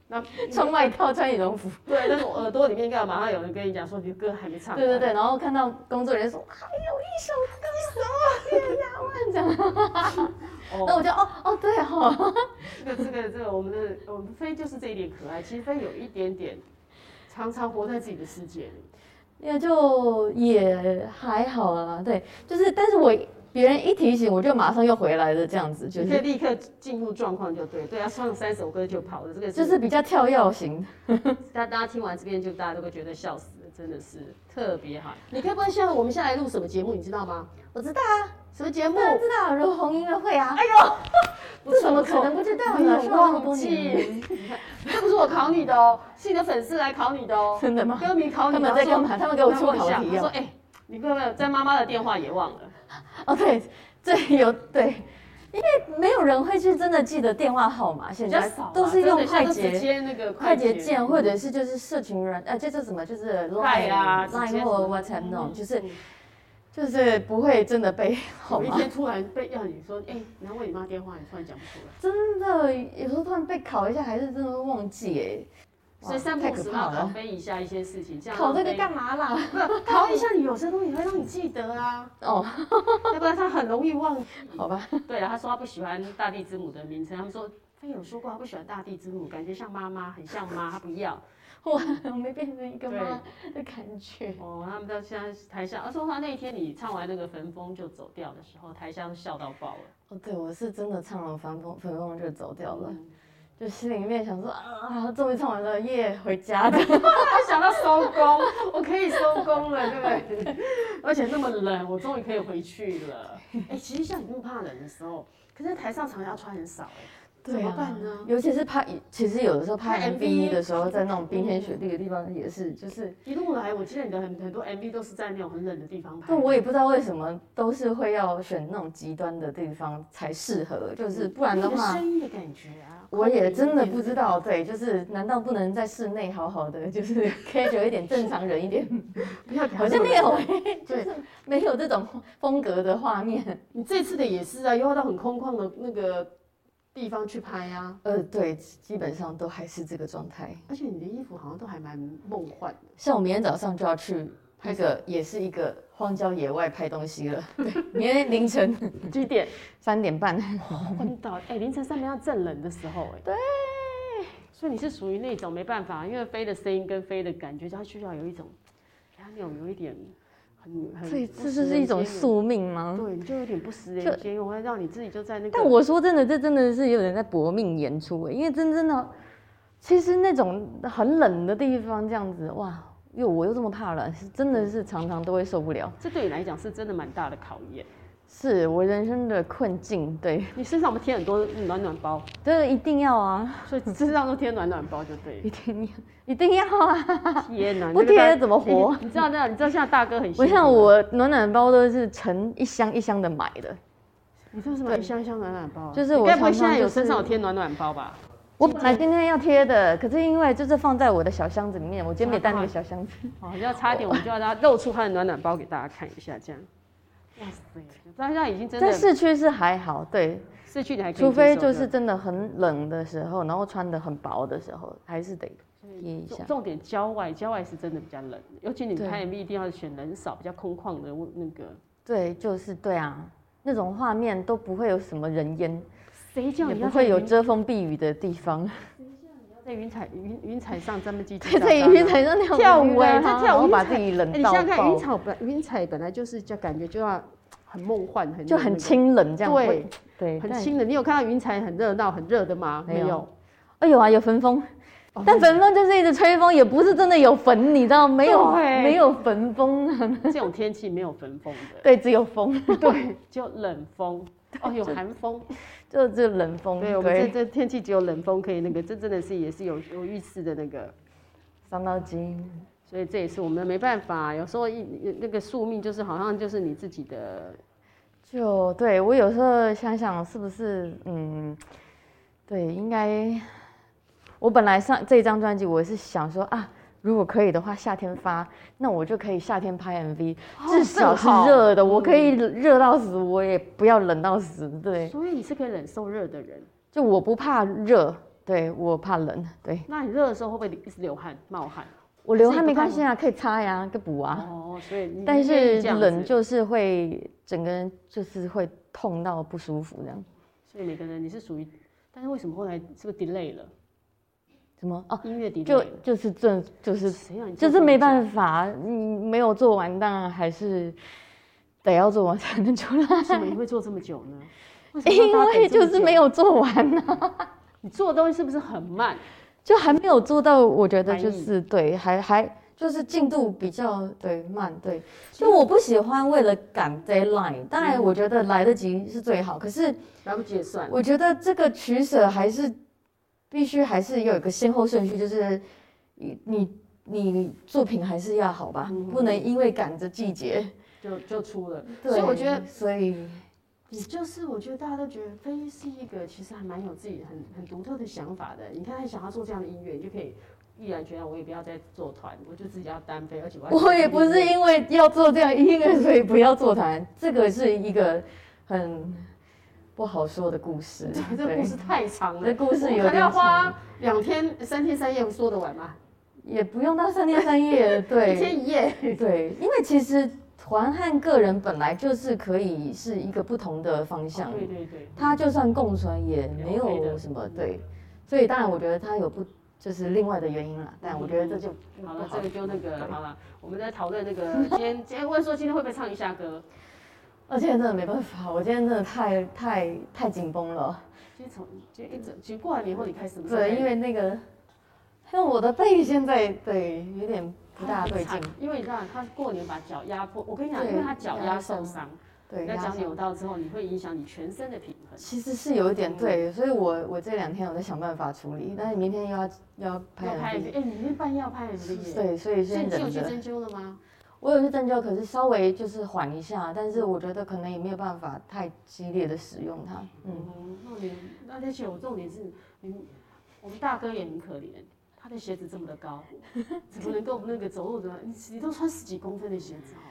[SPEAKER 1] 那
[SPEAKER 2] 穿外套，穿羽绒服。
[SPEAKER 1] 对，但是我耳朵里面干嘛？马上有人跟你讲说你的歌还没唱完。
[SPEAKER 2] 对对对，然后看到工作人员说还有一首歌，什么天哪， *laughs* 万这样，
[SPEAKER 1] 哦，
[SPEAKER 2] 那我就哦哦对哦，
[SPEAKER 1] *laughs* 这个这个这个，我们的我们飞就是这一点可爱。其实飞有一点点，常常活在自己的世界里。
[SPEAKER 2] 也就也还好啦，对，就是但是我别人一提醒我就马上又回来了，这样子就
[SPEAKER 1] 你可以
[SPEAKER 2] 是
[SPEAKER 1] 立刻进入状况就对，对啊，唱三首歌就跑了，这个
[SPEAKER 2] 就是比较跳跃型，
[SPEAKER 1] 大大家听完这边就大家都会觉得笑死了，真的是特别好。你该不会像我们现在录什么节目，你知道吗？
[SPEAKER 2] 我知道啊，
[SPEAKER 1] 什么节目
[SPEAKER 2] 当？然知道如红音乐会啊，
[SPEAKER 1] 不
[SPEAKER 2] 这
[SPEAKER 1] 错
[SPEAKER 2] 怎么
[SPEAKER 1] 不
[SPEAKER 2] 可
[SPEAKER 1] 错
[SPEAKER 2] 能不知道
[SPEAKER 1] 没
[SPEAKER 2] 呢？
[SPEAKER 1] 有
[SPEAKER 2] 是我
[SPEAKER 1] 忘
[SPEAKER 2] 忘记，
[SPEAKER 1] 记，这不是我考你的哦，是你的粉丝来考你的哦。
[SPEAKER 2] 真的吗？
[SPEAKER 1] 歌迷考你，
[SPEAKER 2] 他们在干嘛他们给我出考题哦
[SPEAKER 1] 他说：“哎、你会不会在妈妈的电话也忘了？
[SPEAKER 2] 哦对，对有对。因为没有人会去真的记得电话号码，现
[SPEAKER 1] 比较
[SPEAKER 2] 在
[SPEAKER 1] 少啊，
[SPEAKER 2] 都是用
[SPEAKER 1] 真的
[SPEAKER 2] 快
[SPEAKER 1] 现在都
[SPEAKER 2] 捷
[SPEAKER 1] 直接那个
[SPEAKER 2] 快捷键，或
[SPEAKER 1] 者
[SPEAKER 2] 者是就是社群软，呃，这是什么？就是
[SPEAKER 1] Line
[SPEAKER 2] Line
[SPEAKER 1] 啊
[SPEAKER 2] Line 或 WhatsApp 那种，就是
[SPEAKER 1] 嗯
[SPEAKER 2] 就是不会真的被
[SPEAKER 1] *laughs*
[SPEAKER 2] 号
[SPEAKER 1] 有一
[SPEAKER 2] 码，
[SPEAKER 1] 天突然被要你说，哎、你要问你妈电话，你突然讲不出来。”
[SPEAKER 2] 真的有时候突然被考一下，还是真的会忘记哎，
[SPEAKER 1] 所以三
[SPEAKER 2] 哇太
[SPEAKER 1] 不五
[SPEAKER 2] 可
[SPEAKER 1] 时
[SPEAKER 2] 怕
[SPEAKER 1] 要拷
[SPEAKER 2] 了。
[SPEAKER 1] 贝一下一些事情，这样
[SPEAKER 2] 考这个
[SPEAKER 1] 让
[SPEAKER 2] 干嘛啦？
[SPEAKER 1] *laughs* 飞不考一下你有些东西会让你记得啊，
[SPEAKER 2] 哦，
[SPEAKER 1] 要不然他很容易忘 *laughs* 记。
[SPEAKER 2] 好吧， *laughs*
[SPEAKER 1] 对啊了，他说他不喜欢大地之母的名称，他们说飞有说过他不喜欢大地之母，感觉像妈妈，很像妈，他不要。
[SPEAKER 2] 我我没变成一个妈的感觉。
[SPEAKER 1] 哦，他们到现在台下，而说他那一天你唱完那个焚风就走掉的时候，台下都笑到爆了。
[SPEAKER 2] 哦，对，我是真的唱了《反风反风》就走掉了，就心里面想说啊，终于唱完了，耶，回
[SPEAKER 1] *laughs*
[SPEAKER 2] 家的。
[SPEAKER 1] 他想到收
[SPEAKER 2] *laughs*
[SPEAKER 1] 工，我可以收工了，对不对？而且那么冷，我终于可以回去
[SPEAKER 2] *laughs*
[SPEAKER 1] 了。哎、其实像你那么怕冷的时候，可是在台上常常要穿很少、哎。怎么办呢？
[SPEAKER 2] 啊尤其是拍，其实有的时候拍
[SPEAKER 1] 拍
[SPEAKER 2] MV
[SPEAKER 1] MV
[SPEAKER 2] 的时候，在那种冰天雪地的地方也是，就是，
[SPEAKER 1] 一路来，我记得你的很很多 MV 都是在那种很冷的地方拍。
[SPEAKER 2] 但我也不知道为什么都是会要选那种极端的地方才适合，嗯就是不然的
[SPEAKER 1] 你
[SPEAKER 2] 话，
[SPEAKER 1] 声音的感觉啊，
[SPEAKER 2] 我也真的不知道，对，就是难道不能在室内好好的，就是 *laughs* casual 一点，正常人一点？
[SPEAKER 1] 不要
[SPEAKER 2] 嗯好像没有欸
[SPEAKER 1] 哎、对，
[SPEAKER 2] 没有这种风格的画面。
[SPEAKER 1] 你这次的也是啊，又要到很空旷的那个地方去拍啊，
[SPEAKER 2] 呃，对，基本上都还是这个状态。
[SPEAKER 1] 而且你的衣服好像都还蛮梦幻的。
[SPEAKER 2] 像我明天早上就要去拍个，也是一个荒郊野外拍东西了，对，明天凌晨
[SPEAKER 1] 几点？
[SPEAKER 2] 三点 *laughs* 半。
[SPEAKER 1] *laughs* 昏倒。哎、凌晨三点要正冷的时候、哎。对。所以你是属于那种没办法，因为飞的声音跟飞的感觉，它需要有一种，它那种有一点很很。
[SPEAKER 2] 对，
[SPEAKER 1] 不
[SPEAKER 2] 这
[SPEAKER 1] 食
[SPEAKER 2] 就是
[SPEAKER 1] 人
[SPEAKER 2] 一种
[SPEAKER 1] 间的。
[SPEAKER 2] 宿命吗？
[SPEAKER 1] 对，你就有点不食
[SPEAKER 2] 就
[SPEAKER 1] 人间，我会让你自己就在那个。
[SPEAKER 2] 但我说真的，这真的是有点在搏命演出欸因为真正的，其实那种很冷的地方这样子，哇，又我又这么怕冷，是真的是常常都会受不了，
[SPEAKER 1] 这对你来讲是真的蛮大的考验。
[SPEAKER 2] 是我人生的困境。对，
[SPEAKER 1] 你身上不贴很多暖暖
[SPEAKER 2] *laughs*
[SPEAKER 1] 包，
[SPEAKER 2] 这个一定要啊，
[SPEAKER 1] 所以身上都贴暖暖包就对
[SPEAKER 2] 一定要，一定要 *laughs* 啊！
[SPEAKER 1] 了。天哪，
[SPEAKER 2] 不
[SPEAKER 1] 你这个
[SPEAKER 2] 贴
[SPEAKER 1] 大
[SPEAKER 2] 怎么活
[SPEAKER 1] 哎你知道那，你知道现在大哥很辛苦
[SPEAKER 2] 我像，我暖暖包都是成一箱一箱的买的，
[SPEAKER 1] 你这是什么一箱一箱暖暖包啊？
[SPEAKER 2] 就是我
[SPEAKER 1] 你该不会
[SPEAKER 2] 常常
[SPEAKER 1] 现在有
[SPEAKER 2] 就是
[SPEAKER 1] 身上有贴暖暖包吧？
[SPEAKER 2] 我本来今天要贴的，可是因为就是放在我的小箱子里面，我今天没带那个小箱子。
[SPEAKER 1] 哦，要差一点，我们就要让他露出他的暖暖包给大家看一下，这样。哇塞，大家已经真
[SPEAKER 2] 在
[SPEAKER 1] 的
[SPEAKER 2] 市区是还好，对，
[SPEAKER 1] 失去你还可以
[SPEAKER 2] 除非
[SPEAKER 1] 接受
[SPEAKER 2] 就是真的很冷的时候，然后穿的很薄的时候，还是得贴一
[SPEAKER 1] 重
[SPEAKER 2] 下。
[SPEAKER 1] 重点郊外，郊外是真的比较冷，尤其你
[SPEAKER 2] 对
[SPEAKER 1] 拍 MV 一定要选人少、比较空旷的那个
[SPEAKER 2] 对，就是对啊，那种画面都不会有什么人烟，
[SPEAKER 1] 谁叫
[SPEAKER 2] 也
[SPEAKER 1] 你
[SPEAKER 2] 不
[SPEAKER 1] 要
[SPEAKER 2] 会有
[SPEAKER 1] 在云
[SPEAKER 2] 遮风避雨的
[SPEAKER 1] *laughs*
[SPEAKER 2] 地方。
[SPEAKER 1] 在云彩云云彩上咱们叽叽
[SPEAKER 2] 对，在
[SPEAKER 1] 喳喳
[SPEAKER 2] 云
[SPEAKER 1] 的
[SPEAKER 2] 台上那样
[SPEAKER 1] 跳
[SPEAKER 2] 子
[SPEAKER 1] 舞欸这跳
[SPEAKER 2] 啊
[SPEAKER 1] 舞
[SPEAKER 2] 然后
[SPEAKER 1] 云
[SPEAKER 2] 把
[SPEAKER 1] 彩
[SPEAKER 2] 自己
[SPEAKER 1] 啊哎
[SPEAKER 2] 冷
[SPEAKER 1] 你
[SPEAKER 2] 到
[SPEAKER 1] 想想看，云
[SPEAKER 2] 爆，
[SPEAKER 1] 草本云彩本来就是就感觉就要很梦幻，很
[SPEAKER 2] 就
[SPEAKER 1] 那
[SPEAKER 2] 很
[SPEAKER 1] 个，
[SPEAKER 2] 清冷这样。
[SPEAKER 1] 对
[SPEAKER 2] 会，对，
[SPEAKER 1] 很
[SPEAKER 2] 但。
[SPEAKER 1] 清的。你有看到云彩很热闹、很热的吗？
[SPEAKER 2] 没
[SPEAKER 1] 没
[SPEAKER 2] 有
[SPEAKER 1] 有，
[SPEAKER 2] 哎有啊，有焚风，
[SPEAKER 1] 哦
[SPEAKER 2] 但焚风就是一直吹风，也不是真的有焚，你知道没有？
[SPEAKER 1] 对
[SPEAKER 2] 没有焚风 *laughs* 啊，
[SPEAKER 1] 这种天气没有焚风的，
[SPEAKER 2] 对，只有 *laughs* 风，
[SPEAKER 1] 对，就冷风。哦，有寒风，
[SPEAKER 2] 就只有冷风。
[SPEAKER 1] 对我们这这天气只有冷风可以那个，这真的是也是有有预示的那个，
[SPEAKER 2] 伤到筋。
[SPEAKER 1] 所以这也是我们没办法，有时候一那个宿命就是好像就是你自己的，
[SPEAKER 2] 就对我有时候想想，是不是嗯，对，应该我本来上这张专辑，我是想说啊，如果可以的话，夏天发，那我就可以夏天拍 MV，、至
[SPEAKER 1] 哦
[SPEAKER 2] 少是热的，我可以
[SPEAKER 1] 嗯
[SPEAKER 2] 热到死，我也不要冷到死。对，
[SPEAKER 1] 所以你是可以忍受热的人。
[SPEAKER 2] 就我不怕热，对我怕冷，对。
[SPEAKER 1] 那你热的时候会不会一直流汗、冒汗？
[SPEAKER 2] 我流汗没关系啊，可以擦呀，可以补啊。
[SPEAKER 1] 哦，所以你
[SPEAKER 2] 但
[SPEAKER 1] 愿
[SPEAKER 2] 是
[SPEAKER 1] 意这样
[SPEAKER 2] 冷
[SPEAKER 1] 子
[SPEAKER 2] 就是会整个人就是会痛到不舒服这样。
[SPEAKER 1] 所以每个人你是属于，但是为什么后来是不是 delay 了？
[SPEAKER 2] 什么？哦，
[SPEAKER 1] 音乐 delay
[SPEAKER 2] 就
[SPEAKER 1] 了
[SPEAKER 2] 就是正就是
[SPEAKER 1] 谁让你
[SPEAKER 2] 就是没
[SPEAKER 1] 法，
[SPEAKER 2] 办法，嗯，没有做完，当然还是得要做完才能出来，
[SPEAKER 1] 为什么你会做这么久呢？什么
[SPEAKER 2] *laughs* 因
[SPEAKER 1] 让大家
[SPEAKER 2] 为
[SPEAKER 1] 等这
[SPEAKER 2] 就
[SPEAKER 1] 么
[SPEAKER 2] 是
[SPEAKER 1] 久
[SPEAKER 2] 没有做完呢、
[SPEAKER 1] 你做的东西是不是很慢？
[SPEAKER 2] 就还没有做到。我觉得
[SPEAKER 1] 满意
[SPEAKER 2] 就是对，还还就是进度比较对慢，对。就嗯我不喜欢为了赶 deadline，当然我觉得来得及是最好，可是。
[SPEAKER 1] 来不及也算了。
[SPEAKER 2] 我觉得这个取舍还是必须还是有一个先后顺序，就是你你你作品还是要好吧，
[SPEAKER 1] 嗯
[SPEAKER 2] 不能因为赶着季节。
[SPEAKER 1] 就就出了，所以我觉得，
[SPEAKER 2] 所以
[SPEAKER 1] 你就是我觉得大家都觉得飞是一个其实还蛮有自己很很独特的想法的。你看他想要做这样的音乐，你就可以毅然决然，我也不要再做团，我就自己要单飞，而且我要。
[SPEAKER 2] 我也不是因为要做这样音乐， *laughs* 所以不要做团，这个是一个很不好说的故事
[SPEAKER 1] *laughs* 这个故事太长了
[SPEAKER 2] 对，这，故事
[SPEAKER 1] 我
[SPEAKER 2] 有
[SPEAKER 1] 可能要
[SPEAKER 2] 点
[SPEAKER 1] 花
[SPEAKER 2] 长，
[SPEAKER 1] 两天、三天三夜说得完吗？
[SPEAKER 2] 也不用到三天三
[SPEAKER 1] *laughs*
[SPEAKER 2] 夜，对，
[SPEAKER 1] 一天一夜。
[SPEAKER 2] 对，因为其实团和个人本来就是可以是一个不同的方向，
[SPEAKER 1] 哦对对 *laughs* 对，
[SPEAKER 2] 它就算共存也没
[SPEAKER 1] 也 OK
[SPEAKER 2] 有
[SPEAKER 1] 的
[SPEAKER 2] 什么对，所以当然我觉得它有不就是另外的原因啦，但我觉得这就
[SPEAKER 1] 嗯好了，这个就那个好了，我们在讨论那个今天，今天问说今天会不会唱一下歌？嗯
[SPEAKER 2] 而且真的没办法，我今天真的太太太紧绷了，
[SPEAKER 1] *laughs* 今天从今天一整，其实过完年后你开始
[SPEAKER 2] 对，因为那个，因为我的背现在对有点不大对劲，，
[SPEAKER 1] 因为你知道他过年把脚压迫，我跟你讲，
[SPEAKER 2] 对
[SPEAKER 1] 因为他脚压受伤，
[SPEAKER 2] 对，
[SPEAKER 1] 那
[SPEAKER 2] 压
[SPEAKER 1] 脚
[SPEAKER 2] 上
[SPEAKER 1] 扭到之后，你会影响你全身的平衡。
[SPEAKER 2] 其实是有一
[SPEAKER 1] 嗯
[SPEAKER 2] 点对，所以我我这两天我在想办法处理，但是明天又要要拍
[SPEAKER 1] 要拍
[SPEAKER 2] MV
[SPEAKER 1] 一个，哎，你明天半夜要拍 MV 耶，
[SPEAKER 2] 对，所以
[SPEAKER 1] 所以你
[SPEAKER 2] 先
[SPEAKER 1] 有
[SPEAKER 2] 忍
[SPEAKER 1] 去
[SPEAKER 2] 着。
[SPEAKER 1] 针灸了吗？
[SPEAKER 2] 我有去针灸，可是稍微就是缓一下，但是我觉得可能也没有办法太激烈的使用它。嗯，
[SPEAKER 1] 嗯，那你那而且我重点是，你我们大哥也很可怜，他的鞋子这么的高， *laughs* 怎么能够那个走路的？你你都穿十几公分的鞋子哦，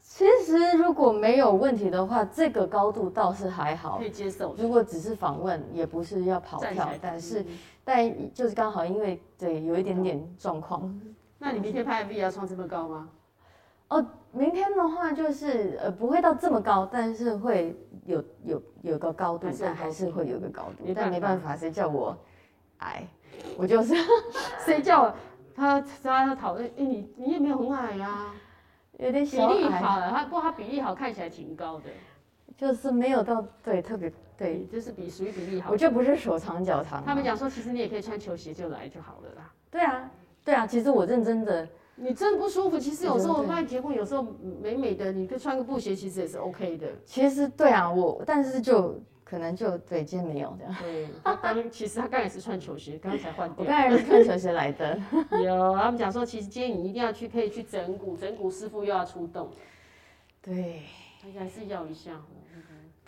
[SPEAKER 2] 其实如果没有问题的话，这个高度倒是还好
[SPEAKER 1] 哦可。以接受。
[SPEAKER 2] 如果只是访问，也不是要跑
[SPEAKER 1] 站起
[SPEAKER 2] 跳
[SPEAKER 1] 来，
[SPEAKER 2] 但是
[SPEAKER 1] 嗯
[SPEAKER 2] 但就是刚好因为对有一点点状况。
[SPEAKER 1] 那你明天拍 MV 也要穿这么高吗？
[SPEAKER 2] 明天的话就是呃不会到这么高，但是会有有有个高度
[SPEAKER 1] 还，是有
[SPEAKER 2] 但还是会有个高度
[SPEAKER 1] 没，
[SPEAKER 2] 但没
[SPEAKER 1] 办
[SPEAKER 2] 办
[SPEAKER 1] 法
[SPEAKER 2] 法，谁叫我矮，我就是 *laughs*
[SPEAKER 1] 谁叫他他讨论？哎、你你也没有很矮啊，
[SPEAKER 2] 有
[SPEAKER 1] 比
[SPEAKER 2] 点小
[SPEAKER 1] 例
[SPEAKER 2] 矮。
[SPEAKER 1] 好了，他不过他比例好，看起来挺高的，
[SPEAKER 2] 就是没有到对特别对，
[SPEAKER 1] 你就是比属于比例好
[SPEAKER 2] 我。觉得不是手长脚长啊。
[SPEAKER 1] 他们讲说，其实你也可以穿球鞋就来就好了啦。
[SPEAKER 2] 对啊对啊，其实我认真的，
[SPEAKER 1] 你真不舒服，其实有时候
[SPEAKER 2] 对
[SPEAKER 1] 我
[SPEAKER 2] 对
[SPEAKER 1] 发现结婚，有时候美美的，你就穿个布鞋其实也是 OK 的。
[SPEAKER 2] 其实对啊，我但是就可能就对今天没有这样。
[SPEAKER 1] 对，他刚其实他刚才是穿球鞋，刚刚才换
[SPEAKER 2] 我
[SPEAKER 1] 掉
[SPEAKER 2] 刚。才是穿球鞋来的，
[SPEAKER 1] 有，他们讲说，其实今天你一定要去，可以去整骨，整骨师傅又要出动，
[SPEAKER 2] 对
[SPEAKER 1] 而且还是要一下，哦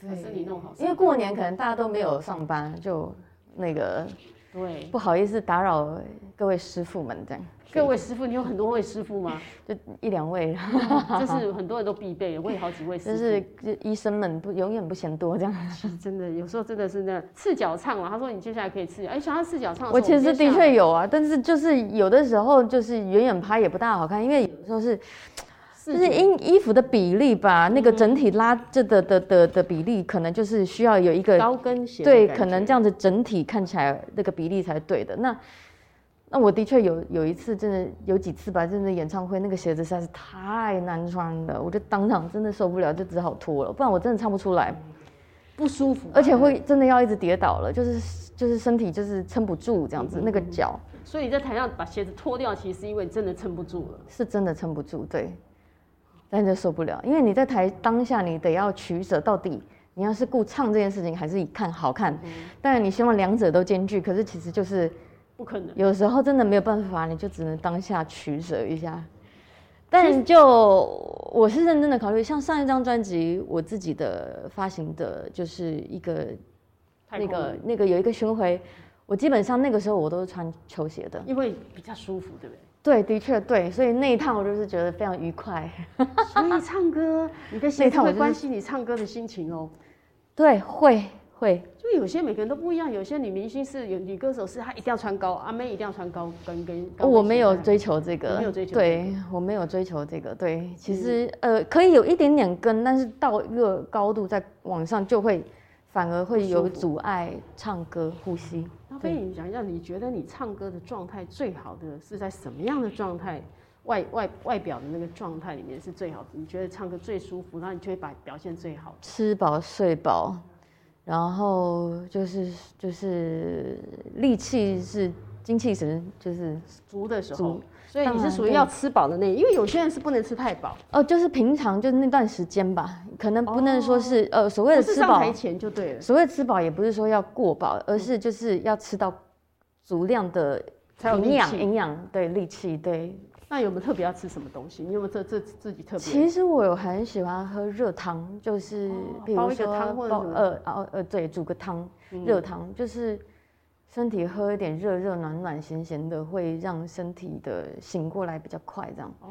[SPEAKER 1] 把身体
[SPEAKER 2] 对，
[SPEAKER 1] 弄好。
[SPEAKER 2] 因为过年可能大家都没有上班，就那个
[SPEAKER 1] 嗯对，
[SPEAKER 2] 不好意思打扰各位师傅们这样，
[SPEAKER 1] 各位师傅，你有很多位师傅吗？ *laughs*
[SPEAKER 2] 就一两位，
[SPEAKER 1] 这是很多人都必备的，我也好几位师
[SPEAKER 2] 就
[SPEAKER 1] 傅。
[SPEAKER 2] 是就医生们不永远不嫌多这样。
[SPEAKER 1] 其实真的，有时候真的是那样赤脚唱了。他说你接下来可以赤脚，哎，想要赤脚唱的时候。
[SPEAKER 2] 我其实
[SPEAKER 1] 们接
[SPEAKER 2] 的
[SPEAKER 1] 下来
[SPEAKER 2] 确有啊，但是就是有的时候就是远远拍也不大好看，因为有的时候是
[SPEAKER 1] 自
[SPEAKER 2] 就是
[SPEAKER 1] 己嗯
[SPEAKER 2] 衣衣服的比例吧，那个整体拉这的的的的比例，可能就是需要有一个
[SPEAKER 1] 高跟鞋的
[SPEAKER 2] 对，
[SPEAKER 1] 感
[SPEAKER 2] 可能
[SPEAKER 1] 觉
[SPEAKER 2] 这样子整体看起来那个比例才是对的。那那我的确有有一次，真的有几次吧，真的演唱会那个鞋子实在是太难穿了，我就当场真的受不了，就只好脱了，不然我真的唱不出来，
[SPEAKER 1] 不舒服吧，
[SPEAKER 2] 而且会真的要一直跌倒了，就是就是身体就是撑不住这样
[SPEAKER 1] 嗯
[SPEAKER 2] 子，那个脚
[SPEAKER 1] 所以你在台上把鞋子脱掉，其实是因为你真的撑不住了。
[SPEAKER 2] 是真的撑不住，对，但就受不了，因为你在台当下你得要取舍，到底你要是顾唱这件事情，还是以看好看，
[SPEAKER 1] 嗯
[SPEAKER 2] 当然你希望两者都兼具，可是其实就是。
[SPEAKER 1] 不可能，
[SPEAKER 2] 有时候真的没有办法，你就只能当下取舍一下。但就我是认真的考虑，像上一张专辑，我自己的发行的就是一个
[SPEAKER 1] 太
[SPEAKER 2] 那
[SPEAKER 1] 空
[SPEAKER 2] 个
[SPEAKER 1] 了
[SPEAKER 2] 那个有一个巡回，我基本上那个时候我都是穿球鞋的。
[SPEAKER 1] 因为比较舒服，对不对？
[SPEAKER 2] 对，的确对，所以那一趟我就是觉得非常愉快。 *laughs*
[SPEAKER 1] *laughs* 所以唱歌，你的鞋
[SPEAKER 2] 那
[SPEAKER 1] 子
[SPEAKER 2] 趟我
[SPEAKER 1] 会
[SPEAKER 2] 就是
[SPEAKER 1] 关系你唱歌的心情哦。
[SPEAKER 2] 对，会会，
[SPEAKER 1] 就有些每个人都不一样，有些女明星是有女歌手是她一定要穿高，阿妹一定要穿高跟跟。高跟
[SPEAKER 2] 哦我没有
[SPEAKER 1] 鞋
[SPEAKER 2] 追求这个，
[SPEAKER 1] 你没有追求嗯
[SPEAKER 2] 对我没有追求这个。对，其实、呃可以有一点点跟，但是到一个高度再往上就会反而会有
[SPEAKER 1] 不舒服
[SPEAKER 2] 阻碍唱歌、呼吸。
[SPEAKER 1] 那被你讲一下，你觉得你唱歌的状态最好的是在什么样的状态？外外外表的那个状态里面是最好的，你觉得唱歌最舒服，然后你就会把表现最好。
[SPEAKER 2] 吃饱睡饱，然后就是就是力气是精气神，就是
[SPEAKER 1] 足的时候
[SPEAKER 2] 足，
[SPEAKER 1] 所以你是属于要吃饱的那，因为有些人是不能吃太饱，
[SPEAKER 2] 哦，就是平常就是那段时间吧，可能不能说是、呃所谓的
[SPEAKER 1] 哦不是
[SPEAKER 2] 吃
[SPEAKER 1] 上
[SPEAKER 2] 饱
[SPEAKER 1] 台，前就对了，
[SPEAKER 2] 所谓的吃饱也不是说要过饱，
[SPEAKER 1] 嗯
[SPEAKER 2] 而是就是要吃到足量的
[SPEAKER 1] 才有
[SPEAKER 2] 营
[SPEAKER 1] 力
[SPEAKER 2] 养，
[SPEAKER 1] 气。
[SPEAKER 2] 营养对力气对。
[SPEAKER 1] 那有没有特别要吃什么东西？你有没有这这自己特别？
[SPEAKER 2] 其实我有很喜欢喝热汤，就是
[SPEAKER 1] 哦
[SPEAKER 2] 比
[SPEAKER 1] 煲
[SPEAKER 2] 如
[SPEAKER 1] 一个
[SPEAKER 2] 说
[SPEAKER 1] 汤或者嗯
[SPEAKER 2] 煲
[SPEAKER 1] 什么
[SPEAKER 2] 呃呃呃对，煮个汤，热汤就是身体喝一点热热暖暖咸咸的，会让身体的醒过来比较快，这样
[SPEAKER 1] 哦，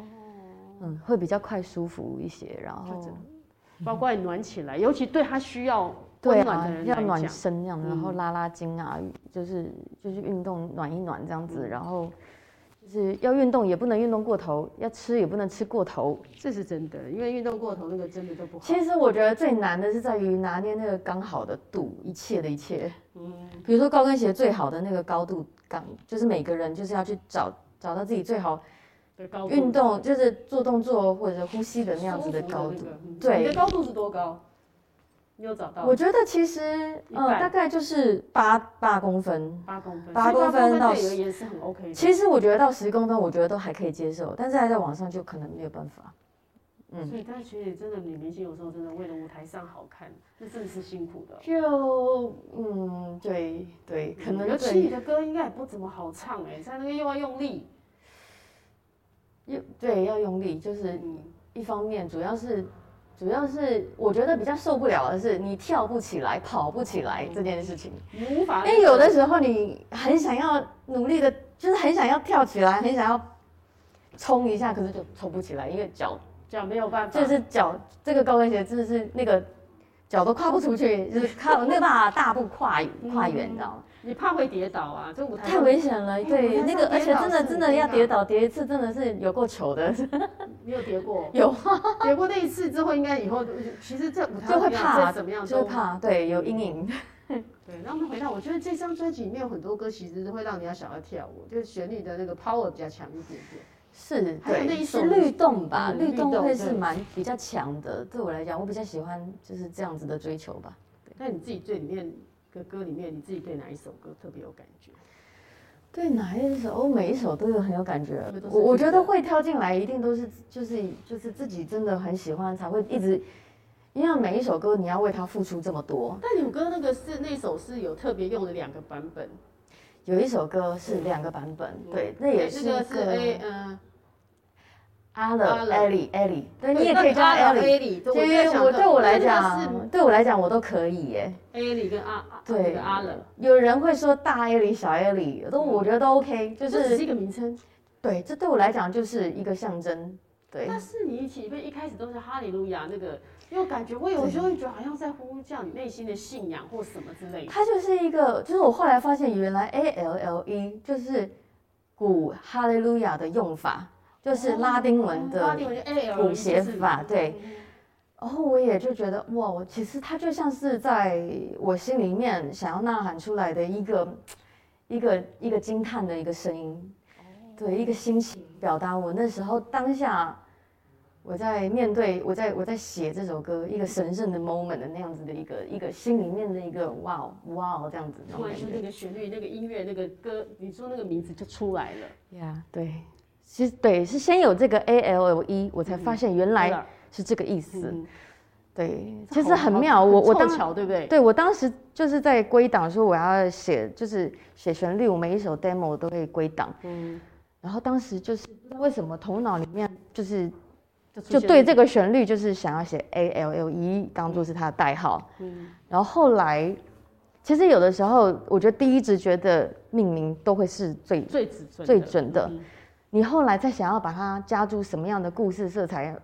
[SPEAKER 2] 嗯会比较快舒服一些，然
[SPEAKER 1] 就
[SPEAKER 2] 后
[SPEAKER 1] 这。包括你暖起来，尤其对他需要
[SPEAKER 2] 对
[SPEAKER 1] 温暖
[SPEAKER 2] 啊
[SPEAKER 1] 的，人
[SPEAKER 2] 要
[SPEAKER 1] 来
[SPEAKER 2] 暖
[SPEAKER 1] 讲，
[SPEAKER 2] 身这样，然后
[SPEAKER 1] 嗯
[SPEAKER 2] 拉拉筋啊，就是就是运动暖一暖这样
[SPEAKER 1] 嗯
[SPEAKER 2] 子，然后就是要运动也不能运动过头，要吃也不能吃过头。
[SPEAKER 1] 这是真的，因为运动过头那个真的都不好。
[SPEAKER 2] 其实我觉得最难的是在于拿捏那个刚好的度，一切的一切。
[SPEAKER 1] 嗯，
[SPEAKER 2] 比如说高跟鞋最好的那个高度感，就是每个人就是要去找找到自己最好
[SPEAKER 1] 对高度
[SPEAKER 2] 运动，就是做动作或者呼吸的那样子的
[SPEAKER 1] 舒服
[SPEAKER 2] 高
[SPEAKER 1] 那
[SPEAKER 2] 度
[SPEAKER 1] 个。嗯
[SPEAKER 2] 对
[SPEAKER 1] 你的高度是多高？你有找到
[SPEAKER 2] 我觉得其实
[SPEAKER 1] 一
[SPEAKER 2] 呃
[SPEAKER 1] 半
[SPEAKER 2] 大概就是八八公分。
[SPEAKER 1] 八公分，
[SPEAKER 2] 八
[SPEAKER 1] 所以
[SPEAKER 2] 公分到
[SPEAKER 1] 对你
[SPEAKER 2] 十
[SPEAKER 1] 而言是很 OK 的。
[SPEAKER 2] 其实我觉得到十公分，我觉得都还可以接受，但是还在网上就可能没有办法。嗯
[SPEAKER 1] 所以，但其实真的女明星有时候真的为了舞台上好看，那真的是辛苦的哦。
[SPEAKER 2] 就嗯，对对，可能
[SPEAKER 1] 尤其你
[SPEAKER 2] 对
[SPEAKER 1] 的歌应该也不怎么好唱哎、在那个又要用力，
[SPEAKER 2] 又对要用力，就是
[SPEAKER 1] 嗯，
[SPEAKER 2] 一方面主要是主要是我觉得比较受不了的是你跳不起来、跑不起来这件事情。
[SPEAKER 1] 你无法。
[SPEAKER 2] 因为哎有的时候你很想要努力的，就是很想要跳起来，很想要冲一下，可是就冲不起来，因为脚
[SPEAKER 1] 脚没有办法，
[SPEAKER 2] 就是脚这个高跟鞋真的是那个脚都跨不出去，就是跨没有办法大步跨跨远，你知道吗？
[SPEAKER 1] 你怕会跌倒啊，这舞台
[SPEAKER 2] 太
[SPEAKER 1] 上
[SPEAKER 2] 危险了，对
[SPEAKER 1] 哎
[SPEAKER 2] 那
[SPEAKER 1] 我
[SPEAKER 2] 个，
[SPEAKER 1] 好
[SPEAKER 2] 而且
[SPEAKER 1] 像
[SPEAKER 2] 真的真的
[SPEAKER 1] 跌倒是
[SPEAKER 2] 要跌倒，跌一次真的是有够糗的，，
[SPEAKER 1] 没有跌过
[SPEAKER 2] 有 *laughs*
[SPEAKER 1] 跌过那一次之后，应该以后其实这舞台
[SPEAKER 2] 就会
[SPEAKER 1] 上
[SPEAKER 2] 怕，啊
[SPEAKER 1] 再怎么样
[SPEAKER 2] 就会
[SPEAKER 1] 都。
[SPEAKER 2] 怕，对，有阴影，
[SPEAKER 1] 对，那我们回到，我觉得这张专辑里面有很多歌其实是会让人家想要跳舞，就是旋律的那个 power 比较强一点点。
[SPEAKER 2] 是，
[SPEAKER 1] 还有那
[SPEAKER 2] 对，
[SPEAKER 1] 一
[SPEAKER 2] 是
[SPEAKER 1] 首
[SPEAKER 2] 律动吧，
[SPEAKER 1] 嗯
[SPEAKER 2] 律动
[SPEAKER 1] 律动
[SPEAKER 2] 会是
[SPEAKER 1] 对
[SPEAKER 2] 蛮比较强的，对我来讲，我比较喜欢就是这样子的追求吧。
[SPEAKER 1] 那你自己对里面的歌里面，你自己对哪一首歌特别有感觉？
[SPEAKER 2] 对哪一首？我每一首都有很有感觉
[SPEAKER 1] 是不是都。是
[SPEAKER 2] 我我
[SPEAKER 1] 自己
[SPEAKER 2] 觉
[SPEAKER 1] 的
[SPEAKER 2] 得会挑进来，一定都是就是就是自己真的很喜欢，才会一直。因为每一首歌你要为它付出这么多。
[SPEAKER 1] 但有歌那个是那首是有特别用了两个版本，
[SPEAKER 2] 有一首歌是两个版本，
[SPEAKER 1] 嗯
[SPEAKER 2] 对，那也是
[SPEAKER 1] 这个
[SPEAKER 2] 一
[SPEAKER 1] 是 A
[SPEAKER 2] 个
[SPEAKER 1] 嗯，
[SPEAKER 2] 阿
[SPEAKER 1] 阿
[SPEAKER 2] 乐
[SPEAKER 1] 乐
[SPEAKER 2] Ellie Ellie，对你也
[SPEAKER 1] 那
[SPEAKER 2] 可以叫 Ellie。
[SPEAKER 1] A 里，
[SPEAKER 2] 因
[SPEAKER 1] 我在
[SPEAKER 2] 为
[SPEAKER 1] 想
[SPEAKER 2] 我对我来
[SPEAKER 1] 那个
[SPEAKER 2] 讲，对我来讲我都可以耶。
[SPEAKER 1] 是 A 里跟阿阿那
[SPEAKER 2] 对
[SPEAKER 1] 个阿冷，，
[SPEAKER 2] 有人会说大 Ellie 小 Ellie，都我觉得都 OK，就
[SPEAKER 1] 这只
[SPEAKER 2] 是
[SPEAKER 1] 嗯是一个名称。
[SPEAKER 2] 对，这对我来讲就是一个象征。对，
[SPEAKER 1] 那是你起被一开始都是哈利路亚那个，因为感觉我有时候会觉得好像在呼叫你内心的信仰或什么之类的。
[SPEAKER 2] 它就是一个，就是我后来发现，原来 A L L E 就是古哈利路亚的用法，就是拉丁文
[SPEAKER 1] 哦拉
[SPEAKER 2] 的
[SPEAKER 1] 丁文就哎 A
[SPEAKER 2] 谱写法对。然后我也就觉得哇，我其实它就像是在我心里面想要呐喊出来的一个一个一个惊叹的一个声音，对，一个心情表达我那时候当下我在面对我在我在写这首歌一个神圣的 moment 的那样子的一个一个心里面的一个哇哦哇哦这样子
[SPEAKER 1] 嗯
[SPEAKER 2] 那
[SPEAKER 1] 突
[SPEAKER 2] 种
[SPEAKER 1] 然
[SPEAKER 2] 感
[SPEAKER 1] 就
[SPEAKER 2] 觉
[SPEAKER 1] 那个旋律、那个音乐、那个歌，你说那个名字就出来了。
[SPEAKER 2] 呀对，其实对是先有这个 A L L E，我才发现原来
[SPEAKER 1] Alert
[SPEAKER 2] 是这个意思，
[SPEAKER 1] 嗯
[SPEAKER 2] 对，
[SPEAKER 1] 这
[SPEAKER 2] 其实
[SPEAKER 1] 好
[SPEAKER 2] 很
[SPEAKER 1] 好
[SPEAKER 2] 妙，我我
[SPEAKER 1] 凑
[SPEAKER 2] 当
[SPEAKER 1] 巧对不对？
[SPEAKER 2] 对我当时就是在归档说我要写，就是写旋律，我每一首 demo 我都会归档。
[SPEAKER 1] 嗯，
[SPEAKER 2] 然后当时就是不知道为什么头脑里面就是
[SPEAKER 1] 就出
[SPEAKER 2] 就
[SPEAKER 1] 现
[SPEAKER 2] 对
[SPEAKER 1] 了
[SPEAKER 2] 这个旋律就是想要写 A L L E 当做是它的代号。
[SPEAKER 1] 嗯
[SPEAKER 2] 然后后来，其实有的时候我觉得第一直觉的命名都会是最
[SPEAKER 1] 最准准的
[SPEAKER 2] 最准的
[SPEAKER 1] 嗯
[SPEAKER 2] 你后来再想要把它加注什么样的故事色彩，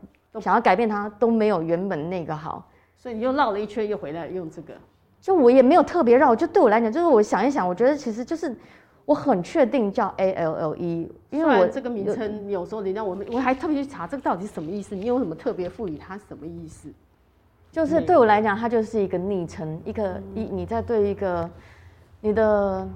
[SPEAKER 2] 想要改变它都没有原本那个好。
[SPEAKER 1] 所以你又绕了一圈，又回来用这个。
[SPEAKER 2] 就我也没有特别绕，就对我来讲，就是我想一想，我觉得其实就是我很确定叫 A L L E，因
[SPEAKER 1] 虽
[SPEAKER 2] 为
[SPEAKER 1] 然
[SPEAKER 2] 我
[SPEAKER 1] 这个名称，有时候人家我们我还特别去查这个到底是什么意思，你有什么特别赋予它什么意思？
[SPEAKER 2] 就是对我来讲，它就是一个昵称，一个一你在对一个你的，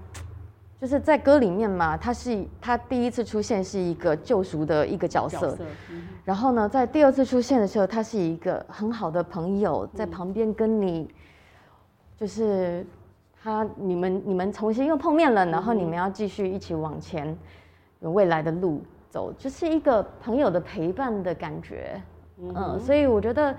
[SPEAKER 2] 就是在歌里面嘛，它是它第一次出现是一个救赎的一个角色，
[SPEAKER 1] 嗯
[SPEAKER 2] 然后呢，在第二次出现的时候，他是一个很好的朋友，在旁边跟你，就是他你们你们重新又碰面了，然后你们要继续一起往前有未来的路走，就是一个朋友的陪伴的感觉。
[SPEAKER 1] 嗯
[SPEAKER 2] 嗯，所以我觉得，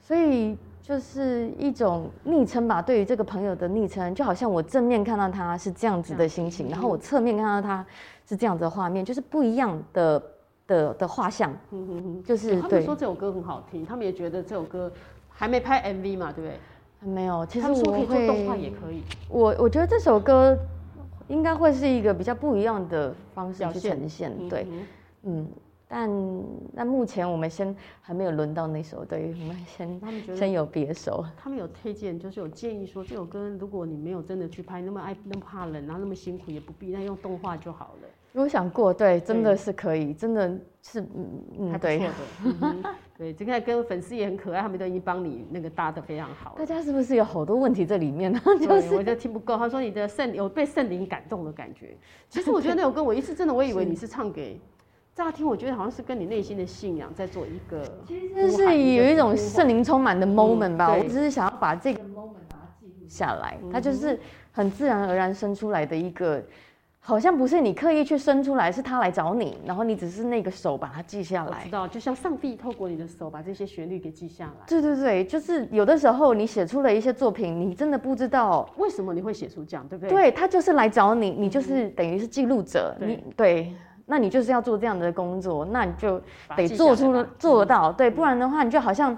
[SPEAKER 2] 所以就是一种昵称吧。对于这个朋友的昵称，就好像我正面看到他是这样子的心
[SPEAKER 1] 嗯
[SPEAKER 2] 情，然后我侧面看到他是这样子的画面，就是不一样的的的画像。
[SPEAKER 1] 嗯哼哼
[SPEAKER 2] 就是
[SPEAKER 1] 他们
[SPEAKER 2] 对
[SPEAKER 1] 说，这首歌很好听，他们也觉得这首歌还没拍 MV 嘛，对不对？
[SPEAKER 2] 没有。其实
[SPEAKER 1] 他们
[SPEAKER 2] 我
[SPEAKER 1] 说可以做动画
[SPEAKER 2] 会，
[SPEAKER 1] 也可以，
[SPEAKER 2] 我我觉得这首歌应该会是一个比较不一样的方式
[SPEAKER 1] 表
[SPEAKER 2] 去
[SPEAKER 1] 现
[SPEAKER 2] 呈现。
[SPEAKER 1] 嗯
[SPEAKER 2] 对，
[SPEAKER 1] 哼
[SPEAKER 2] 嗯，但那目前我们先还没有轮到那首，对，我们先
[SPEAKER 1] 他们觉得
[SPEAKER 2] 先有别首。
[SPEAKER 1] 他们有推荐，就是有建议说这首歌如果你没有真的去拍，那么爱那么怕冷，然后那么辛苦也不必，那用动画就好了，
[SPEAKER 2] 有想过，对，真的是可以，真的是，嗯
[SPEAKER 1] 还不
[SPEAKER 2] 嗯，
[SPEAKER 1] 错
[SPEAKER 2] 对。
[SPEAKER 1] 的。嗯哼对，这个跟粉丝也很可爱，他们都已经帮你那个搭的非常好
[SPEAKER 2] 大
[SPEAKER 1] 了。
[SPEAKER 2] 家是不是有好多问题在里面呢？ *laughs* 就
[SPEAKER 1] 对，
[SPEAKER 2] 是
[SPEAKER 1] 我就听不够。他说你的圣有被圣灵感动的感
[SPEAKER 2] *laughs*
[SPEAKER 1] 觉。其实我觉得那首歌，我一次真的我以为你是唱给，乍听我觉得好像是跟你内心的信仰在做一个
[SPEAKER 2] *laughs* 其
[SPEAKER 1] 呼喊，
[SPEAKER 2] 实是有一种
[SPEAKER 1] 个呼唤
[SPEAKER 2] 圣灵充满的 moment 吧，
[SPEAKER 1] 对嗯
[SPEAKER 2] 我只是想要把这个 moment 把它记录下来，它就是很自然而然生出来的一个，好像不是你刻意去生出来，是他来找你，然后你只是那个手把它记下
[SPEAKER 1] 我
[SPEAKER 2] 来
[SPEAKER 1] 知。道，就像上帝透过你的手把这些旋律给记下来。
[SPEAKER 2] 对对对，就是有的时候你写出了一些作品，你真的不知道，
[SPEAKER 1] 为什么你会写出这样，对不对？嗯
[SPEAKER 2] 对他就是来找你，你就是等于是记录者，
[SPEAKER 1] 对
[SPEAKER 2] 你对，那你就是要做这样的工作，那你就
[SPEAKER 1] 把它
[SPEAKER 2] 得
[SPEAKER 1] 记
[SPEAKER 2] 做
[SPEAKER 1] 下来
[SPEAKER 2] 出
[SPEAKER 1] 吧嗯
[SPEAKER 2] 做得到，对，不然的话你就好像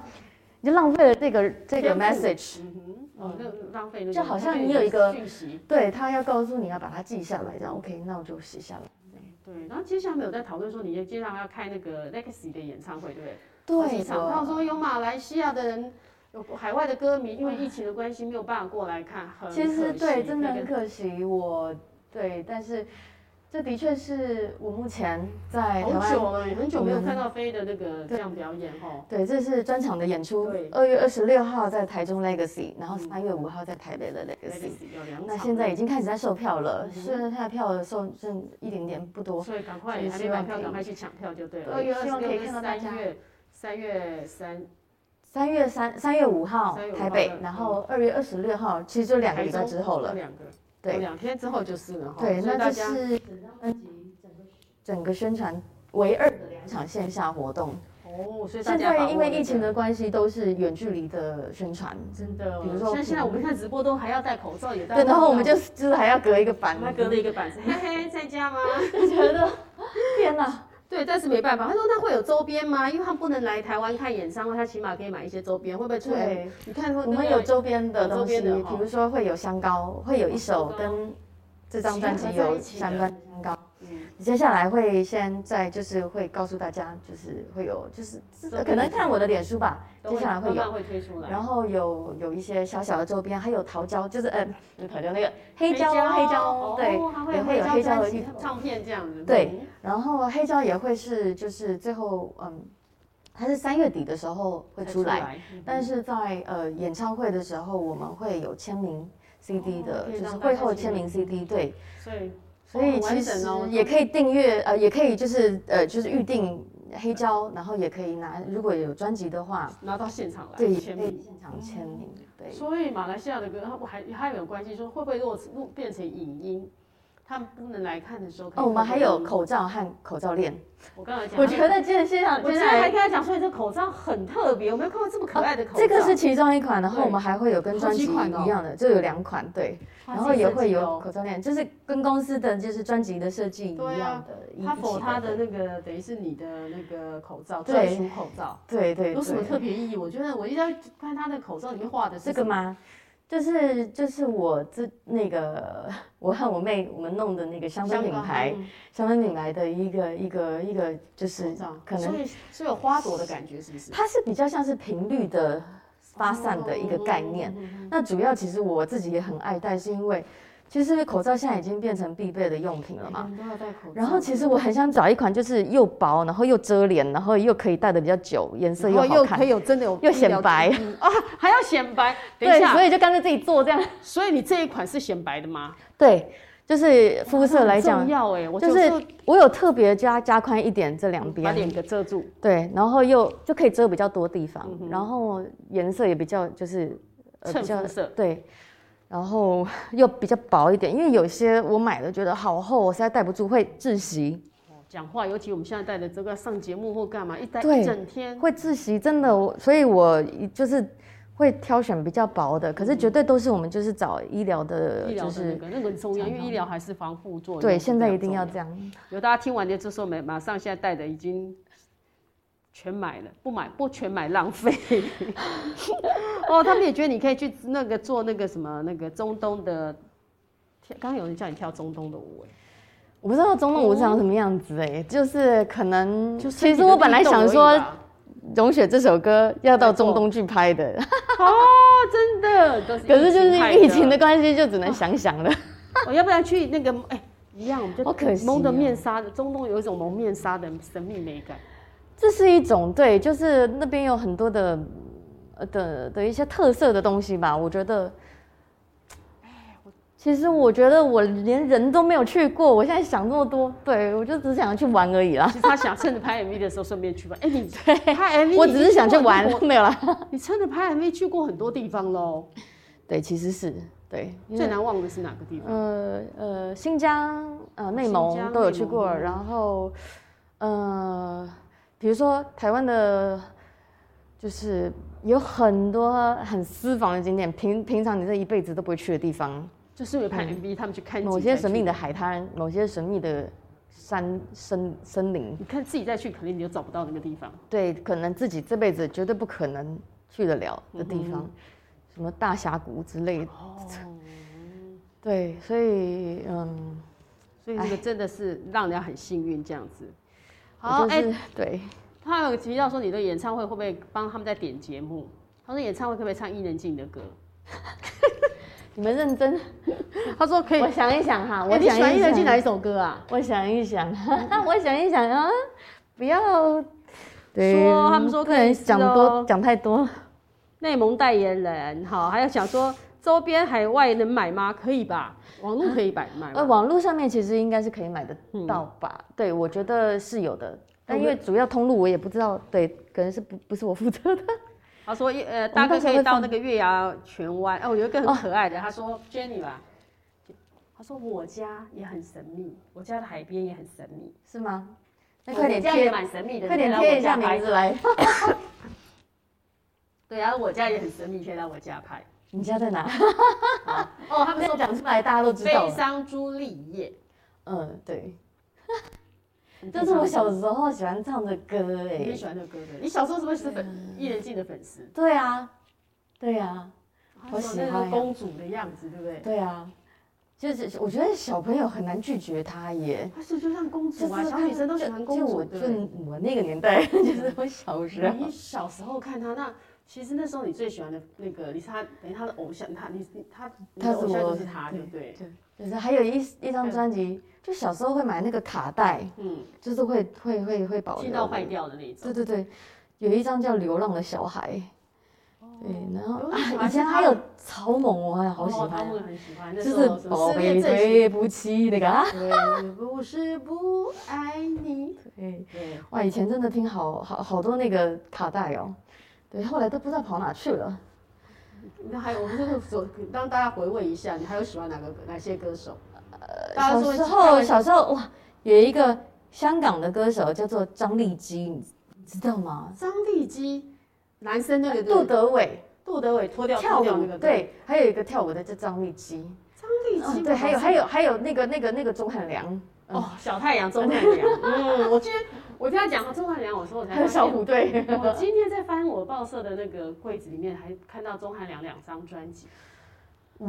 [SPEAKER 2] 你就浪费了这个这
[SPEAKER 1] 天
[SPEAKER 2] 个
[SPEAKER 1] 赋
[SPEAKER 2] message，
[SPEAKER 1] 嗯哼，哦，那浪费那
[SPEAKER 2] 就
[SPEAKER 1] 种
[SPEAKER 2] 好
[SPEAKER 1] 浪
[SPEAKER 2] 像
[SPEAKER 1] 费
[SPEAKER 2] 你有一个
[SPEAKER 1] 讯息。
[SPEAKER 2] 对他要告诉你要把它记下来，这样 OK，那我就写下来。
[SPEAKER 1] 对，然后接下来我们有在讨论说，你接下来要开那个 Legacy 的演唱会，对不对？好几
[SPEAKER 2] 对
[SPEAKER 1] 场他
[SPEAKER 2] 的，
[SPEAKER 1] 说有马来西亚的人，有海外的歌迷，因为疫情的关系没有办法过来看，很
[SPEAKER 2] 其
[SPEAKER 1] 可
[SPEAKER 2] 实
[SPEAKER 1] 惜
[SPEAKER 2] 对，真的
[SPEAKER 1] 那
[SPEAKER 2] 很
[SPEAKER 1] 个
[SPEAKER 2] 可惜，我对，但是这的确是我目前在哎台
[SPEAKER 1] 好
[SPEAKER 2] 湾。
[SPEAKER 1] 久了，哦很久没有看到飞的那个这样表演哦。
[SPEAKER 2] 对，这是专场的演出
[SPEAKER 1] 对，嗯
[SPEAKER 2] 二月二十六号在台中 Legacy，然后三月五号在台北的 Legacy。
[SPEAKER 1] Legacy 有两场，
[SPEAKER 2] 那现在已经开始在售票了
[SPEAKER 1] 嗯，哼
[SPEAKER 2] 虽然它的票售剩一点点不多。
[SPEAKER 1] 所以赶快
[SPEAKER 2] 所以
[SPEAKER 1] 还
[SPEAKER 2] 希
[SPEAKER 1] 没买
[SPEAKER 2] 望
[SPEAKER 1] 票，
[SPEAKER 2] 可以
[SPEAKER 1] 赶快去抢票就对了。
[SPEAKER 2] 对
[SPEAKER 1] 二月二
[SPEAKER 2] 希
[SPEAKER 1] 十
[SPEAKER 2] 望可以
[SPEAKER 1] 六跟
[SPEAKER 2] 看到大家
[SPEAKER 1] 三月，三月三
[SPEAKER 2] 三月三三月五号
[SPEAKER 1] 3月5号
[SPEAKER 2] 台北
[SPEAKER 1] 的，嗯
[SPEAKER 2] 然后二月二十六号，其实就两个礼拜之后了。
[SPEAKER 1] 哎两个，
[SPEAKER 2] 对
[SPEAKER 1] 有两天之后就是了哈。
[SPEAKER 2] 对，
[SPEAKER 1] 所以
[SPEAKER 2] 那
[SPEAKER 1] 大
[SPEAKER 2] 这
[SPEAKER 1] 家
[SPEAKER 2] 是整个宣传唯二的两场线下活动。
[SPEAKER 1] 哦，所以大
[SPEAKER 2] 现
[SPEAKER 1] 家把
[SPEAKER 2] 在
[SPEAKER 1] 握
[SPEAKER 2] 因为
[SPEAKER 1] 那个
[SPEAKER 2] 疫情的关系，都是远距离的宣传。
[SPEAKER 1] 真的，
[SPEAKER 2] 比如说
[SPEAKER 1] 像现在我们看直播都还要戴口罩，也戴
[SPEAKER 2] 对，然后我们就是就是还要隔一个板
[SPEAKER 1] 把，它隔了一个板子，嘿嘿，在家吗？
[SPEAKER 2] 就 *laughs* 觉得天
[SPEAKER 1] *laughs*
[SPEAKER 2] 哪！
[SPEAKER 1] 对，但是没办法，他说那会有周边吗？因为他不能来台湾看演唱会，他起码可以买一些周边，会不会出？
[SPEAKER 2] 对，
[SPEAKER 1] 你看会
[SPEAKER 2] 我们有周边的东
[SPEAKER 1] 啊有
[SPEAKER 2] 西，
[SPEAKER 1] 周边的哈哦
[SPEAKER 2] 比如说会有香膏，会有一首跟这张专辑有相关的香膏，
[SPEAKER 1] 嗯
[SPEAKER 2] 接下来会先在就是会告诉大家，就是会有就是
[SPEAKER 1] 周边
[SPEAKER 2] 可能看我的脸书吧，
[SPEAKER 1] 都
[SPEAKER 2] *laughs* 接
[SPEAKER 1] 会
[SPEAKER 2] 下来会
[SPEAKER 1] 慢
[SPEAKER 2] 有。
[SPEAKER 1] 慢会推出来。
[SPEAKER 2] 然后有有一些小小的周边，还有桃胶，就是嗯，不是桃胶那个黑胶，啊黑胶
[SPEAKER 1] 啊哦
[SPEAKER 2] 对，
[SPEAKER 1] 还
[SPEAKER 2] 也会有黑胶的
[SPEAKER 1] 专辑
[SPEAKER 2] 预告
[SPEAKER 1] 唱片这样子。
[SPEAKER 2] 对然后黑胶也会是就是最后嗯，它是三月底的时候
[SPEAKER 1] 嗯，
[SPEAKER 2] 会出来，
[SPEAKER 1] 来。嗯
[SPEAKER 2] 但是在呃演唱会的时候，我们会有签名 CD
[SPEAKER 1] 哦
[SPEAKER 2] 的，
[SPEAKER 1] 可以
[SPEAKER 2] 就是
[SPEAKER 1] 让大
[SPEAKER 2] 会
[SPEAKER 1] 家
[SPEAKER 2] 后
[SPEAKER 1] 签
[SPEAKER 2] 签名 CD 对，
[SPEAKER 1] 所以
[SPEAKER 2] 所以
[SPEAKER 1] 哦
[SPEAKER 2] 其
[SPEAKER 1] 完
[SPEAKER 2] 实
[SPEAKER 1] 整哦
[SPEAKER 2] 也可以订阅呃，也可以就是呃就是预定黑胶，然后也可以拿如果有专辑的话，
[SPEAKER 1] 拿啊到现场来
[SPEAKER 2] 对，也
[SPEAKER 1] 签
[SPEAKER 2] 可以
[SPEAKER 1] 名。
[SPEAKER 2] 现场签名对。
[SPEAKER 1] 所以马来西亚的歌，它我还还有关系，说会不会落落变成影音，他们不能来看的时候可以
[SPEAKER 2] 哦，我
[SPEAKER 1] 透过
[SPEAKER 2] 们还有
[SPEAKER 1] 影音，
[SPEAKER 2] 口罩和口罩链，
[SPEAKER 1] 我刚才讲，
[SPEAKER 2] 我觉得真的现场
[SPEAKER 1] 我今
[SPEAKER 2] 接下
[SPEAKER 1] 天还
[SPEAKER 2] 来
[SPEAKER 1] 跟他讲说，你这口罩很特别，我没有看过这么可爱的口罩。
[SPEAKER 2] 这个是其中一款，然后
[SPEAKER 1] 对
[SPEAKER 2] 我们还会有跟专辑
[SPEAKER 1] 好几款哦
[SPEAKER 2] 一样的，就有两款对，
[SPEAKER 1] 它
[SPEAKER 2] 然后也会有
[SPEAKER 1] 自
[SPEAKER 2] 口罩链，就是跟公司的就是专辑的设计一
[SPEAKER 1] 对啊
[SPEAKER 2] 样的，
[SPEAKER 1] 己设计
[SPEAKER 2] 一
[SPEAKER 1] 的，它
[SPEAKER 2] 一
[SPEAKER 1] 否
[SPEAKER 2] 起
[SPEAKER 1] 它
[SPEAKER 2] 对
[SPEAKER 1] 的那个等于是你的那个口罩
[SPEAKER 2] 对
[SPEAKER 1] 专属口罩，
[SPEAKER 2] 对对，
[SPEAKER 1] 有什么
[SPEAKER 2] 对
[SPEAKER 1] 特别意义？我觉得我一直在看他的口罩里面画的是
[SPEAKER 2] 这个
[SPEAKER 1] 什么？
[SPEAKER 2] 吗？就是就是我自那个我和我妹我们弄的那个香氛
[SPEAKER 1] 香
[SPEAKER 2] 品
[SPEAKER 1] 港
[SPEAKER 2] 牌，
[SPEAKER 1] 嗯
[SPEAKER 2] 香氛品牌的一个一个一个就是
[SPEAKER 1] 口罩，
[SPEAKER 2] 可能
[SPEAKER 1] 所以是有花朵的感觉，是不是？
[SPEAKER 2] 它是比较像是频率的发散的一个概念。
[SPEAKER 1] 哦
[SPEAKER 2] 那主要其实我自己也很爱戴，是因为其实口罩现在已经变成必备的用品了
[SPEAKER 1] 嗯，
[SPEAKER 2] 嘛。
[SPEAKER 1] 嗯嗯嗯嗯每个人都要戴口罩。
[SPEAKER 2] 啊然后其实我很想找一款就是又薄，然后又遮脸，然后又可以戴的比较久，颜色又
[SPEAKER 1] 然后
[SPEAKER 2] 好
[SPEAKER 1] 又可
[SPEAKER 2] 看
[SPEAKER 1] 以。有真的有
[SPEAKER 2] 又显白
[SPEAKER 1] 嗯啊，还要显白。等一
[SPEAKER 2] 对，
[SPEAKER 1] 下，
[SPEAKER 2] 所以就干脆自己做
[SPEAKER 1] *laughs*
[SPEAKER 2] 这样。
[SPEAKER 1] 所以你这一款是显白的吗？
[SPEAKER 2] 对，就是肤色来
[SPEAKER 1] 很
[SPEAKER 2] 讲
[SPEAKER 1] 重，要哎，我
[SPEAKER 2] 就是
[SPEAKER 1] 有时候
[SPEAKER 2] 我有特别加加宽一点这两
[SPEAKER 1] 把
[SPEAKER 2] 边，
[SPEAKER 1] 脸给遮住，
[SPEAKER 2] 对，然后又就可以遮比较多地方
[SPEAKER 1] 嗯，哼
[SPEAKER 2] 然后颜色也比较就是呃
[SPEAKER 1] 衬肤色。
[SPEAKER 2] 对，然后 *laughs* 又比较薄一点，因为有些我买的觉得好厚，我实在戴不住，会窒息，
[SPEAKER 1] 讲话，尤其我们现在戴的这个上节目或干嘛，一戴
[SPEAKER 2] 对
[SPEAKER 1] 一整天，
[SPEAKER 2] 会窒息，真的，我所以我就是会挑选比较薄的，可是绝对都是我们就是找医疗的，
[SPEAKER 1] 嗯医疗
[SPEAKER 2] 就
[SPEAKER 1] 的那
[SPEAKER 2] 是
[SPEAKER 1] 个那个很重要，因为医疗还是防护作用。
[SPEAKER 2] 对，现在一定要
[SPEAKER 1] 这
[SPEAKER 2] 这
[SPEAKER 1] 样。
[SPEAKER 2] 样，
[SPEAKER 1] 有大家听完的就说没，马上现在戴的已经全买了，不买不全买浪费。 *laughs* 哦，他们也觉得你可以去那个做那个什么那个中东的，跳刚刚有人叫你跳中东的舞哎。
[SPEAKER 2] 我不知道中东舞是长什么样子哎、就是可能，
[SPEAKER 1] 哦就
[SPEAKER 2] 其实我本来想说《
[SPEAKER 1] 哦，
[SPEAKER 2] 融雪》这首歌要到
[SPEAKER 1] 没错
[SPEAKER 2] 中东去拍的，
[SPEAKER 1] 哦真的，都是
[SPEAKER 2] *laughs* 可是就是
[SPEAKER 1] 害
[SPEAKER 2] 疫情的，嗯关系，就只能想想了。 *laughs*
[SPEAKER 1] 我哦要不然去那个哎。一样，我们就
[SPEAKER 2] 好可惜
[SPEAKER 1] 蒙的
[SPEAKER 2] 哦
[SPEAKER 1] 面纱的中东有一种蒙面纱的神秘美感。
[SPEAKER 2] 这是一种对，就是那边有很多的呃的的一些特色的东西吧。我觉得，其实哎我觉得我连人都没有去过，我现在想这么多，对我就只想去玩而已啦。
[SPEAKER 1] 其实他想趁着拍 MV 的时候顺便去吧。哎、
[SPEAKER 2] *laughs*
[SPEAKER 1] 你拍 MV，
[SPEAKER 2] 我
[SPEAKER 1] 你
[SPEAKER 2] 只是想去玩
[SPEAKER 1] 过很，多
[SPEAKER 2] 没有啦。
[SPEAKER 1] 你趁着拍 MV 去过很多地方喽。
[SPEAKER 2] 对，其实是对，因
[SPEAKER 1] 最
[SPEAKER 2] 为
[SPEAKER 1] 难忘的是哪个地方？
[SPEAKER 2] 呃呃，新疆呃内
[SPEAKER 1] 新
[SPEAKER 2] 蒙
[SPEAKER 1] 疆
[SPEAKER 2] 都有去
[SPEAKER 1] 内
[SPEAKER 2] 过，
[SPEAKER 1] 蒙嗯
[SPEAKER 2] 然后呃，比如说台湾的，就是有很多很私房的景点，平平常你这一辈子都不会去的地方，
[SPEAKER 1] 就是因为拍 MV，他们去看
[SPEAKER 2] 嗯某
[SPEAKER 1] 景
[SPEAKER 2] 些
[SPEAKER 1] 才
[SPEAKER 2] 神
[SPEAKER 1] 去
[SPEAKER 2] 秘的。海滩，某些神秘的山森森林，
[SPEAKER 1] 你看自己再去，肯定你就找不到那个地
[SPEAKER 2] *laughs*
[SPEAKER 1] 方。
[SPEAKER 2] 对，可能自己这辈子绝对不可能去得了的地
[SPEAKER 1] 嗯
[SPEAKER 2] 方，什么大峡谷之类的，
[SPEAKER 1] 哦，
[SPEAKER 2] 对，所以嗯，
[SPEAKER 1] 所以这个真的是让人家很幸运这样子。
[SPEAKER 2] 我
[SPEAKER 1] 好，
[SPEAKER 2] 就
[SPEAKER 1] 哎、
[SPEAKER 2] 是对。
[SPEAKER 1] 他有提到说你的演唱会会不会帮他们在点节目？他说演唱会可不可以唱伊能静的歌？
[SPEAKER 2] 你们认真，
[SPEAKER 1] 他说可以。
[SPEAKER 2] 我想一想哈，
[SPEAKER 1] 哎
[SPEAKER 2] 我
[SPEAKER 1] 你喜
[SPEAKER 2] 想
[SPEAKER 1] 欢伊
[SPEAKER 2] 一
[SPEAKER 1] 能静哪
[SPEAKER 2] 想，
[SPEAKER 1] 一首歌啊？
[SPEAKER 2] 我想一想， *laughs* 我想一想啊，不要，
[SPEAKER 1] 说他们说
[SPEAKER 2] 不
[SPEAKER 1] 可以
[SPEAKER 2] 能
[SPEAKER 1] 吃
[SPEAKER 2] 讲
[SPEAKER 1] 哦
[SPEAKER 2] 多讲太多，
[SPEAKER 1] 内蒙代言人，好，还有想说周边海外能买吗？可以吧？网络可以买买
[SPEAKER 2] 呃，
[SPEAKER 1] 吗？
[SPEAKER 2] 网络上面其实应该是可以买得到吧？对，我觉得是有的，嗯但因为主要通路我也不知道，对，可能是不不是我负责的，
[SPEAKER 1] 他说，呃，
[SPEAKER 2] 们
[SPEAKER 1] 大
[SPEAKER 2] 到
[SPEAKER 1] 哥
[SPEAKER 2] 时
[SPEAKER 1] 可
[SPEAKER 2] 候
[SPEAKER 1] 以
[SPEAKER 2] 会
[SPEAKER 1] 到
[SPEAKER 2] 放
[SPEAKER 1] 那个月牙泉湾。哦，我有一个很可爱的，他说 Jenny 吧，他说我家也很神秘，我家的海边也很神秘。
[SPEAKER 2] *laughs* 是吗？那
[SPEAKER 1] 我
[SPEAKER 2] 快点
[SPEAKER 1] 家也
[SPEAKER 2] 贴，
[SPEAKER 1] 蛮神秘的，
[SPEAKER 2] 快
[SPEAKER 1] 你可以
[SPEAKER 2] 点
[SPEAKER 1] 来
[SPEAKER 2] 贴
[SPEAKER 1] 我
[SPEAKER 2] 一
[SPEAKER 1] 家
[SPEAKER 2] 下
[SPEAKER 1] 拍
[SPEAKER 2] 名字。来， *laughs*
[SPEAKER 1] 对啊，我家也很神秘，可以来我家拍。
[SPEAKER 2] 你家在哪？ *laughs* 哦，他们说讲出来大家都知道
[SPEAKER 1] 悲
[SPEAKER 2] 了，
[SPEAKER 1] 伤朱丽叶，
[SPEAKER 2] 嗯，对，
[SPEAKER 1] 你
[SPEAKER 2] 嗯这是我小时候喜欢唱的歌哎、
[SPEAKER 1] 你很喜欢这个歌的。你小时候是不是是粉伊能静的粉丝？
[SPEAKER 2] 对啊，对啊，好
[SPEAKER 1] 她说
[SPEAKER 2] 喜
[SPEAKER 1] 那个
[SPEAKER 2] 欢呀啊
[SPEAKER 1] 公主的样子，对不对？
[SPEAKER 2] 对啊，就是我觉得小朋友很难拒绝他耶。
[SPEAKER 1] 啊是就像公主啊，
[SPEAKER 2] 就
[SPEAKER 1] 小
[SPEAKER 2] 是他
[SPEAKER 1] 女生都喜欢公
[SPEAKER 2] 就
[SPEAKER 1] 主，
[SPEAKER 2] 我
[SPEAKER 1] 对嗯
[SPEAKER 2] 就
[SPEAKER 1] 不对。
[SPEAKER 2] 我那个
[SPEAKER 1] *laughs*
[SPEAKER 2] 年代，就是我小时候
[SPEAKER 1] 你小时候看她，那其实那时候你最喜欢的那个，你是她，等于她的偶像，她你你她你
[SPEAKER 2] 她
[SPEAKER 1] 的
[SPEAKER 2] 是
[SPEAKER 1] 偶像
[SPEAKER 2] 我
[SPEAKER 1] 就是她，对不对？
[SPEAKER 2] 对，就是还有一一张专辑，就小时候会买那个卡带，
[SPEAKER 1] 嗯，
[SPEAKER 2] 就是会会会会保留
[SPEAKER 1] 气到
[SPEAKER 2] 的
[SPEAKER 1] 坏掉的那种。
[SPEAKER 2] 对对对，有一张叫《流浪的小孩》，对，然后
[SPEAKER 1] 流浪小
[SPEAKER 2] 啊，
[SPEAKER 1] 孩
[SPEAKER 2] 以前
[SPEAKER 1] 哦是
[SPEAKER 2] 还
[SPEAKER 1] 他
[SPEAKER 2] 有草蜢，我还好喜
[SPEAKER 1] 哦他
[SPEAKER 2] 欢，
[SPEAKER 1] 们很喜欢，那
[SPEAKER 2] 就
[SPEAKER 1] 时
[SPEAKER 2] 是
[SPEAKER 1] 候什么
[SPEAKER 2] 宝
[SPEAKER 1] 哦世界
[SPEAKER 2] 贝
[SPEAKER 1] 最喜
[SPEAKER 2] 对不起那个啊，
[SPEAKER 1] 对，不是不爱你。
[SPEAKER 2] 对，
[SPEAKER 1] 对，
[SPEAKER 2] 哇，以前真的听好好好多那个卡带哦，对，后来都不知道跑哪去了。
[SPEAKER 1] 那还有我们这个所让大家回味一下，你还有喜欢哪个哪些歌手？呃大家
[SPEAKER 2] 小
[SPEAKER 1] 说
[SPEAKER 2] 时候，小时候哇，有一个香港的歌手叫做张丽基，你知道吗？
[SPEAKER 1] 张丽基，男生那个
[SPEAKER 2] 杜
[SPEAKER 1] 对
[SPEAKER 2] 德伟
[SPEAKER 1] 杜德伟脱掉
[SPEAKER 2] 跳
[SPEAKER 1] 脱掉那
[SPEAKER 2] 舞
[SPEAKER 1] 个，，
[SPEAKER 2] 对，还有一个跳舞的叫张丽基，
[SPEAKER 1] 张丽基
[SPEAKER 2] 嗯，
[SPEAKER 1] 我
[SPEAKER 2] 对，还有
[SPEAKER 1] 好像
[SPEAKER 2] 还有还有那个那个那个钟汉良，
[SPEAKER 1] 哦，小太阳，钟太阳， *laughs* 嗯，我今天我听他讲钟汉良，我说我才
[SPEAKER 2] 还有
[SPEAKER 1] 发
[SPEAKER 2] 小
[SPEAKER 1] 现
[SPEAKER 2] 虎队，
[SPEAKER 1] 我今天在翻我报社的那个柜子里面，还看到钟汉良两张专辑，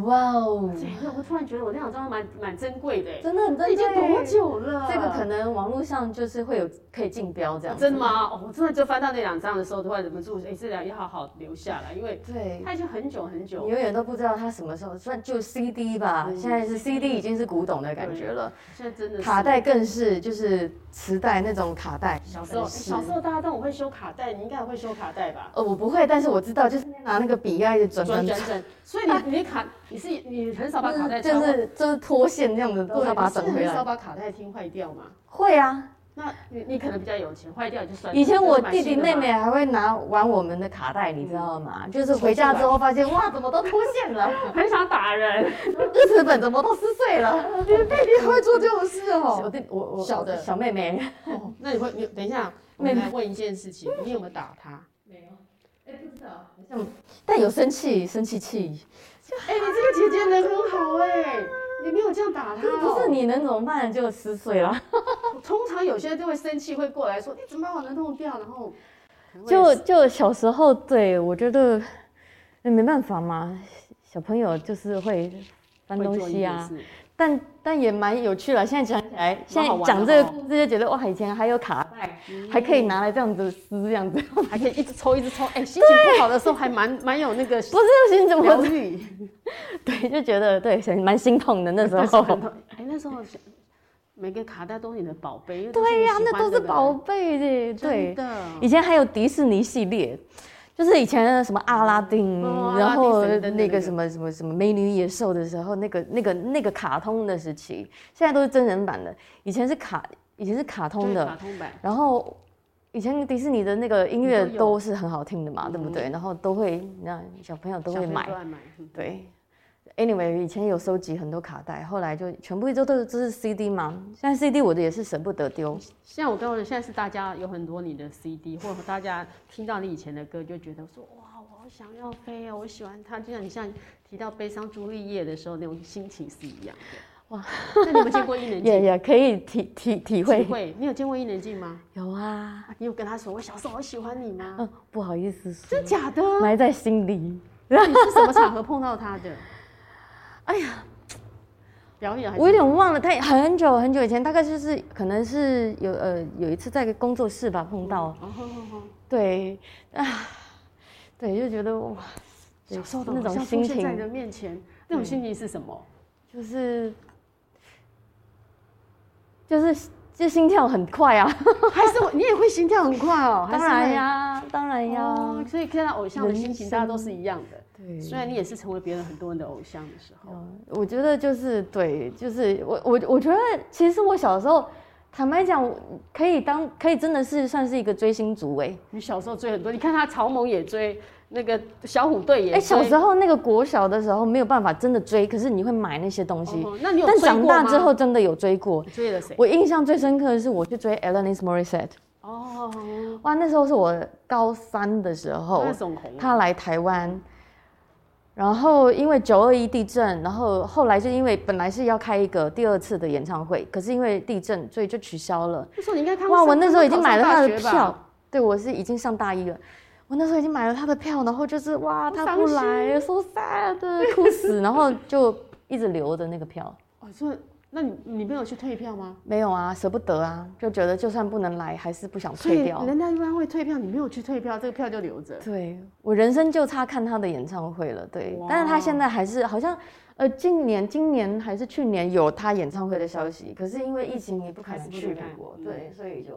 [SPEAKER 2] 哇哦，
[SPEAKER 1] 对，我突然觉得我那两张蛮蛮珍贵的耶，欸
[SPEAKER 2] 真的很
[SPEAKER 1] 这已
[SPEAKER 2] 真
[SPEAKER 1] 经多久了？哦
[SPEAKER 2] 这个可能网络上就是会有可以竞标这样，
[SPEAKER 1] 真的？吗？哦，我真的就翻到那两张的时候，突然忍不住，哎、这两要好好留下来，因为
[SPEAKER 2] 对，
[SPEAKER 1] 它已经很久很
[SPEAKER 2] 你
[SPEAKER 1] 久
[SPEAKER 2] 永远都不知道它什么时候，算就 CD 吧，
[SPEAKER 1] 嗯
[SPEAKER 2] 现在是 CD 已经是古董的感觉了，
[SPEAKER 1] 现在真的是
[SPEAKER 2] 卡带。更是就是磁带那种卡带，
[SPEAKER 1] 小时候，哎
[SPEAKER 2] 是
[SPEAKER 1] 小时候大家都很会修卡带，你应该也会修卡带吧？
[SPEAKER 2] 呃，我不会，但是我知道，就是拿那个笔啊，一直转
[SPEAKER 1] 转
[SPEAKER 2] 转
[SPEAKER 1] 转转，所以你你卡你是你很少把卡带
[SPEAKER 2] 转，
[SPEAKER 1] 调
[SPEAKER 2] 就
[SPEAKER 1] 换
[SPEAKER 2] 是就是脱线这样子，
[SPEAKER 1] 对，
[SPEAKER 2] 要把它转回
[SPEAKER 1] 你是很少
[SPEAKER 2] 来。
[SPEAKER 1] 把卡带听坏掉嘛？
[SPEAKER 2] 会啊，
[SPEAKER 1] 那你你可能比较有钱，坏掉你就算了。
[SPEAKER 2] 以前我
[SPEAKER 1] 就买
[SPEAKER 2] 弟弟
[SPEAKER 1] 新的
[SPEAKER 2] 妹
[SPEAKER 1] 嘛
[SPEAKER 2] 妹还会拿玩我们的卡带，你知道吗？就是回家之后发现，哇，怎么都脱线了，
[SPEAKER 1] 很想打人，
[SPEAKER 2] 日子本怎么都撕碎了。 *laughs* 你的弟弟会做这种事哦？ *laughs* 我弟我我
[SPEAKER 1] 小的
[SPEAKER 2] 小妹妹， *laughs*
[SPEAKER 1] 哦，那你会你等一下，我们来问一件事情，你有没有打他？
[SPEAKER 2] 但有生气生气气，
[SPEAKER 1] 哎、你这个姐姐人很好哎、你没有这样打他、哦。
[SPEAKER 2] 不是你能怎么办？就撕碎了。
[SPEAKER 1] 通常有些人都会生气，会过来说：“你哎怎么把我的弄掉？”然后
[SPEAKER 2] 就就小时候，对我觉得呃没办法嘛，小朋友就是会翻东西啊，， *laughs* 但但也蛮有趣了。现在讲起来，现
[SPEAKER 1] 好
[SPEAKER 2] 在
[SPEAKER 1] 玩的
[SPEAKER 2] 讲
[SPEAKER 1] 哦
[SPEAKER 2] 这个这些，觉得哇，以前还有卡带，还可以拿来这样子撕，这 *laughs* 样子，不
[SPEAKER 1] 还可以一直抽，一直抽。哎、心情不好的时候还蛮蛮有那个
[SPEAKER 2] 是你怎
[SPEAKER 1] 疗
[SPEAKER 2] 么
[SPEAKER 1] 愈， *laughs*
[SPEAKER 2] 对，就觉得对，蛮心痛的那时 *laughs*
[SPEAKER 1] 但是很
[SPEAKER 2] 候。
[SPEAKER 1] 痛哎、那时候每个卡带都是你的宝贝，
[SPEAKER 2] 对呀、
[SPEAKER 1] 呀、
[SPEAKER 2] 那都是宝贝的，
[SPEAKER 1] 对
[SPEAKER 2] 对。
[SPEAKER 1] 的。
[SPEAKER 2] 以前还有迪士尼系列，就是以前的什么阿拉丁，
[SPEAKER 1] 哦
[SPEAKER 2] 然后
[SPEAKER 1] 阿拉丁神灯的
[SPEAKER 2] 那个什么什么什么美女野兽的时候，那个那个那个卡通的时期，现在都是真人版的。以前是卡，以前是卡通
[SPEAKER 1] 对卡
[SPEAKER 2] 的，
[SPEAKER 1] 通版，
[SPEAKER 2] 然后以前迪士尼的那个音乐
[SPEAKER 1] 都有
[SPEAKER 2] 都是很好听的嘛，对不对？然后都会，那小朋友都
[SPEAKER 1] 嗯小
[SPEAKER 2] 会
[SPEAKER 1] 朋友
[SPEAKER 2] 买
[SPEAKER 1] 都，爱买。嗯
[SPEAKER 2] 对。Anyway，以前有收集很多卡带，后来就全部都都都是 CD 嘛。现在 CD 我的也是舍不得丢，
[SPEAKER 1] 像我跟我的，现在是大家有很多你的 CD，或者大家听到你以前的歌，就觉得说哇，我好想要飞哦，我喜欢它。就像你像提到《悲伤朱丽叶》的时候，那种心情是一样的。哇，那你有没有见过伊能
[SPEAKER 2] *laughs* 也
[SPEAKER 1] 静？
[SPEAKER 2] 也可以体体体会
[SPEAKER 1] 体。会，你有见过伊能静吗？
[SPEAKER 2] 有啊，
[SPEAKER 1] 啊你有跟她说我小时候好喜欢你吗？
[SPEAKER 2] 嗯，不好意思说，
[SPEAKER 1] 真假
[SPEAKER 2] *laughs*
[SPEAKER 1] 的？
[SPEAKER 2] 埋在心里。
[SPEAKER 1] 那你是什么场合碰到她的？哎呀，表演还
[SPEAKER 2] 我有
[SPEAKER 1] 是
[SPEAKER 2] 点忘了，他很久很久以前，大概就是可能是有呃有一次在工作室吧碰到，
[SPEAKER 1] 哦吼吼吼
[SPEAKER 2] 对啊，对，就觉得哇，对
[SPEAKER 1] 小时候的
[SPEAKER 2] 那
[SPEAKER 1] 我好
[SPEAKER 2] 种
[SPEAKER 1] 像
[SPEAKER 2] 心
[SPEAKER 1] 出现在你
[SPEAKER 2] 情
[SPEAKER 1] 的面前，那种心情是什么？
[SPEAKER 2] 就是就是这心跳很快啊，
[SPEAKER 1] *laughs* 还是我你也会心跳很快哦？
[SPEAKER 2] *laughs*
[SPEAKER 1] 还
[SPEAKER 2] 当
[SPEAKER 1] 是
[SPEAKER 2] 然
[SPEAKER 1] 会
[SPEAKER 2] 呀，当然
[SPEAKER 1] 哦
[SPEAKER 2] 呀，，
[SPEAKER 1] 所以看到偶像的心
[SPEAKER 2] 人
[SPEAKER 1] 情，
[SPEAKER 2] 生
[SPEAKER 1] 大家都是一样的。
[SPEAKER 2] 对。
[SPEAKER 1] 虽然你也是成为别人很多人的偶像的时候，
[SPEAKER 2] 嗯我觉得就是对，就是我我我觉得其实我小时候，坦白讲，我可以当可以真的是算是一个追星族哎、
[SPEAKER 1] 你小时候追很多，你看他草蜢也追，那个小虎队也
[SPEAKER 2] 哎、
[SPEAKER 1] 追。哦
[SPEAKER 2] 小时候那个国小的时候没有办法真的追，可是你会买那些东西。
[SPEAKER 1] 哦那你有
[SPEAKER 2] 但
[SPEAKER 1] 追过
[SPEAKER 2] 长
[SPEAKER 1] 吗
[SPEAKER 2] 大之后真的有追过。
[SPEAKER 1] 你追了谁？
[SPEAKER 2] 我印象最深刻的是我去追 Alanis Morissette，
[SPEAKER 1] 哦，
[SPEAKER 2] 哇，那时候是我高三的时候
[SPEAKER 1] 那，种红啊，
[SPEAKER 2] 他来台湾，然后因为九二一地震，然后后来就因为本来是要开一个第二次的演唱会，可是因为地震，所以就取消了。
[SPEAKER 1] 那时候你应该看
[SPEAKER 2] 哇，我那时候已经买了他
[SPEAKER 1] 上
[SPEAKER 2] 的，
[SPEAKER 1] 大学
[SPEAKER 2] 票
[SPEAKER 1] 吧，
[SPEAKER 2] 对我是已经上大一了。我那时候已经买了他的票，然后就是哇，
[SPEAKER 1] 好
[SPEAKER 2] 他
[SPEAKER 1] 伤
[SPEAKER 2] 不来，so sad，哭死，然后就
[SPEAKER 3] 一直留着那个票。
[SPEAKER 1] 哦，这那你你没有去退票吗？
[SPEAKER 3] 没有啊，舍不得啊，就觉得就算不能来，还是不想
[SPEAKER 1] 所以
[SPEAKER 3] 退掉。
[SPEAKER 1] 人家一般会退票，你没有去退票，这个票就留着。
[SPEAKER 3] 对我人生就差看他的演唱会了，对。但是他现在还是好像，呃，今年今年还是去年有他演唱会的消息，可是因为疫情你不可
[SPEAKER 1] 还
[SPEAKER 3] 能
[SPEAKER 1] 是
[SPEAKER 3] 去
[SPEAKER 1] 不
[SPEAKER 3] 美
[SPEAKER 1] 能
[SPEAKER 3] 国，
[SPEAKER 2] 嗯
[SPEAKER 1] 看
[SPEAKER 3] 对，所以就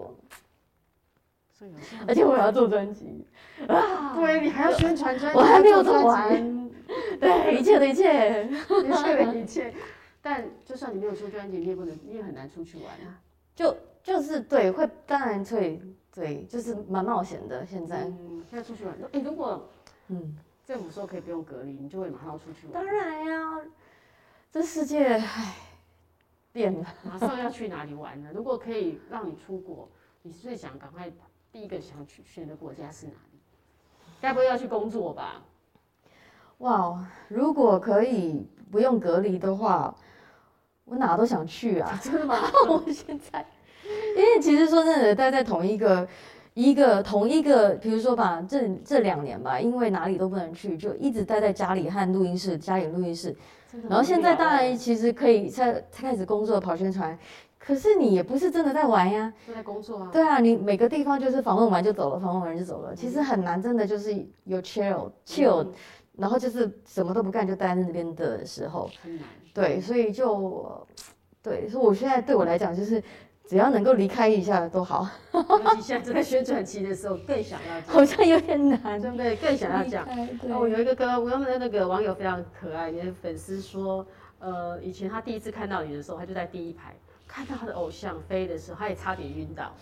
[SPEAKER 1] 所以有
[SPEAKER 2] 而且我要做专辑，
[SPEAKER 1] 对你还要宣传专辑，
[SPEAKER 2] 啊我还没有
[SPEAKER 1] 做
[SPEAKER 2] 做
[SPEAKER 1] 专辑，
[SPEAKER 2] 完， *laughs* 对，一切的一切，
[SPEAKER 1] *laughs* 一切的一切。但就算你没有出专辑，你也不能，你也很难出去玩啊。
[SPEAKER 2] 就
[SPEAKER 3] *laughs* 就是对，会当然会对，就是蛮冒险的。现在、
[SPEAKER 1] 嗯，现在出去玩，哎，如果
[SPEAKER 3] 嗯
[SPEAKER 1] 政府说可以不用隔离，你就会马上要出去玩
[SPEAKER 2] 当。然呀、这世界唉变了，
[SPEAKER 1] 马上要去哪里玩呢？如果可以让你出国，你最想赶快第一个想去选的国家是哪里？该不会要去工作吧？ *laughs*
[SPEAKER 2] 哇哦！如果可以不用隔离的话，我哪都想去啊。
[SPEAKER 1] 真的吗？
[SPEAKER 2] 我现在，因为其实说真的，待在同一个一个同一个，比如说吧，这这两年吧，因为哪里都不能去，就一直待在家里和录音室，家里录音室。
[SPEAKER 1] *laughs* 真的
[SPEAKER 2] 然后现在
[SPEAKER 1] 很无聊
[SPEAKER 2] 当
[SPEAKER 1] 欸
[SPEAKER 2] 然其实可以在开始工作跑宣传，可是你也不是真的在玩呀。
[SPEAKER 1] 都在工作啊。
[SPEAKER 2] 对啊，你每个地方就是访问完就走了，访问完就走了，其实很难真的就是有 chill chill，
[SPEAKER 1] 嗯
[SPEAKER 2] 然后就是什么都不干就待在那边的时候。
[SPEAKER 1] 很难。 *laughs*
[SPEAKER 2] 对，所以就对，所以我现在对我来讲就是，只要能够离开一下都好，
[SPEAKER 1] 尤其现在正在宣传期的时候，更想 *laughs* 要
[SPEAKER 2] 好
[SPEAKER 1] 讲，
[SPEAKER 2] 像有点难。
[SPEAKER 1] 对不对？更想要讲。
[SPEAKER 2] 对，
[SPEAKER 1] 那哦我有一个哥，我们的那个网友非常可爱，你的粉丝说，呃，以前他第一次看到你的时候，他就在第一排看到他的偶像飞的时候，他也差点晕倒。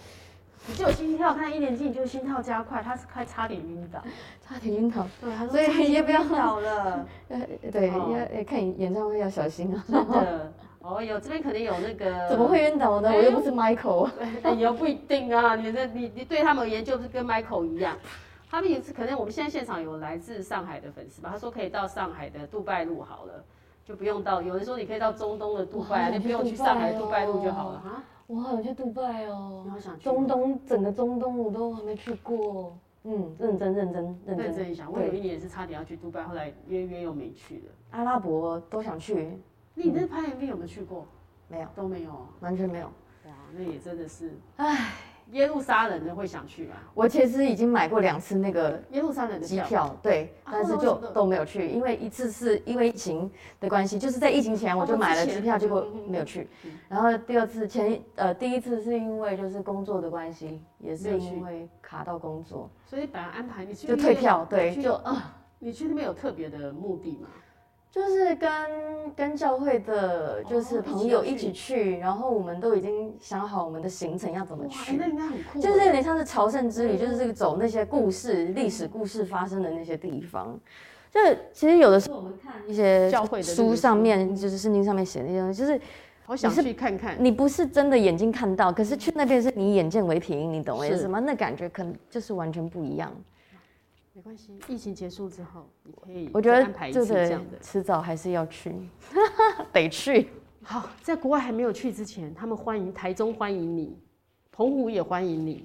[SPEAKER 1] 你就有心跳，看一年级你就心跳加快，他是快差点晕倒。
[SPEAKER 2] 差点晕倒。
[SPEAKER 1] 对，他说
[SPEAKER 2] 所以
[SPEAKER 1] 差点
[SPEAKER 2] 也不要
[SPEAKER 1] 晕倒了，
[SPEAKER 2] 呃，对，
[SPEAKER 1] 哦
[SPEAKER 2] 要要看演唱会要小心啊。
[SPEAKER 1] 真 *laughs* 的。哦，有这边可能有那个，
[SPEAKER 2] 怎么会？晕倒呢？
[SPEAKER 1] 哎
[SPEAKER 2] 我又不是 Michael。
[SPEAKER 1] 哎呦，不一定啊，你的你你对他们的研究是跟 Michael 一样，他们也是可能我们现在现场有来自上海的粉丝吧，他说可以到上海的杜拜路好了，就不用到，有人说你可以到中东的杜拜啊，
[SPEAKER 2] 哇
[SPEAKER 1] 你不用去上海杜拜路就好了哈。
[SPEAKER 2] 我好想去杜拜
[SPEAKER 1] 你
[SPEAKER 2] 哦，
[SPEAKER 1] 好想去
[SPEAKER 2] 中东整个中东我都还没去过。嗯，认真认真认
[SPEAKER 1] 认
[SPEAKER 2] 真。
[SPEAKER 1] 真一下，我有一年也是差点要去杜拜，后来约约又没去了。
[SPEAKER 2] 阿拉伯都想去，
[SPEAKER 1] 你那拍 MV 有没有去过？
[SPEAKER 2] 没有，
[SPEAKER 1] 都没有啊。
[SPEAKER 2] 完全没有。
[SPEAKER 1] 哇，那也真的是，唉，耶路撒冷的会想去啊吗？
[SPEAKER 2] 我其实已经买过两次那个
[SPEAKER 1] 耶路撒冷的
[SPEAKER 2] 机
[SPEAKER 1] 票
[SPEAKER 2] 票，对，
[SPEAKER 1] 啊
[SPEAKER 2] 但
[SPEAKER 1] 后
[SPEAKER 2] 是
[SPEAKER 1] 来
[SPEAKER 2] 就
[SPEAKER 1] 为什么
[SPEAKER 2] 都没有去，因为一次是因为疫情的关系，就是在疫情前我就买了机票，
[SPEAKER 1] 哦之前
[SPEAKER 2] 结果
[SPEAKER 1] 嗯嗯嗯
[SPEAKER 2] 没有去
[SPEAKER 1] 嗯。
[SPEAKER 2] 然后第二次前一呃第一次是因为就是工作的关系，
[SPEAKER 1] 没
[SPEAKER 2] 也
[SPEAKER 1] 有
[SPEAKER 2] 是
[SPEAKER 1] 去
[SPEAKER 2] 因为卡到工作
[SPEAKER 1] 所以本来安排你去
[SPEAKER 2] 就退
[SPEAKER 1] 那边
[SPEAKER 2] 票，对，
[SPEAKER 1] 去
[SPEAKER 2] 就
[SPEAKER 3] 呃
[SPEAKER 2] 啊、
[SPEAKER 1] 你去那边有特别的目的吗？
[SPEAKER 2] 就是跟跟教会的就是
[SPEAKER 1] 哦
[SPEAKER 2] 朋友
[SPEAKER 1] 一
[SPEAKER 2] 一
[SPEAKER 1] 起
[SPEAKER 2] 起去，然后我们都已经想好我们的行程要怎么
[SPEAKER 1] 哇，哎
[SPEAKER 2] 去
[SPEAKER 1] 那。应该很酷。
[SPEAKER 2] 就是有点像是朝圣之旅，就是走那些故事、历史故事发生的那些地方。就是其实有的时候我们看一些
[SPEAKER 1] 教会的那个
[SPEAKER 2] 书上
[SPEAKER 1] 书
[SPEAKER 2] 面，就是圣经上面写的那些东西，就是
[SPEAKER 1] 好想去看看。
[SPEAKER 3] 你不是真的眼睛看到，可是去那边是你眼见为凭，你懂我意
[SPEAKER 1] 是
[SPEAKER 3] 思吗？那感觉可能就是完全不一样。
[SPEAKER 1] 没关系，疫情结束之后，你可以
[SPEAKER 3] 我觉得
[SPEAKER 1] 再安排一
[SPEAKER 3] 对
[SPEAKER 1] 次这
[SPEAKER 3] 对
[SPEAKER 1] 样的，。
[SPEAKER 3] 迟早还是要
[SPEAKER 1] *laughs*
[SPEAKER 3] 去，得
[SPEAKER 2] *laughs*
[SPEAKER 3] 去。
[SPEAKER 1] 好，在国外还没有去之前，他们欢迎台中欢迎你，澎湖也欢迎你，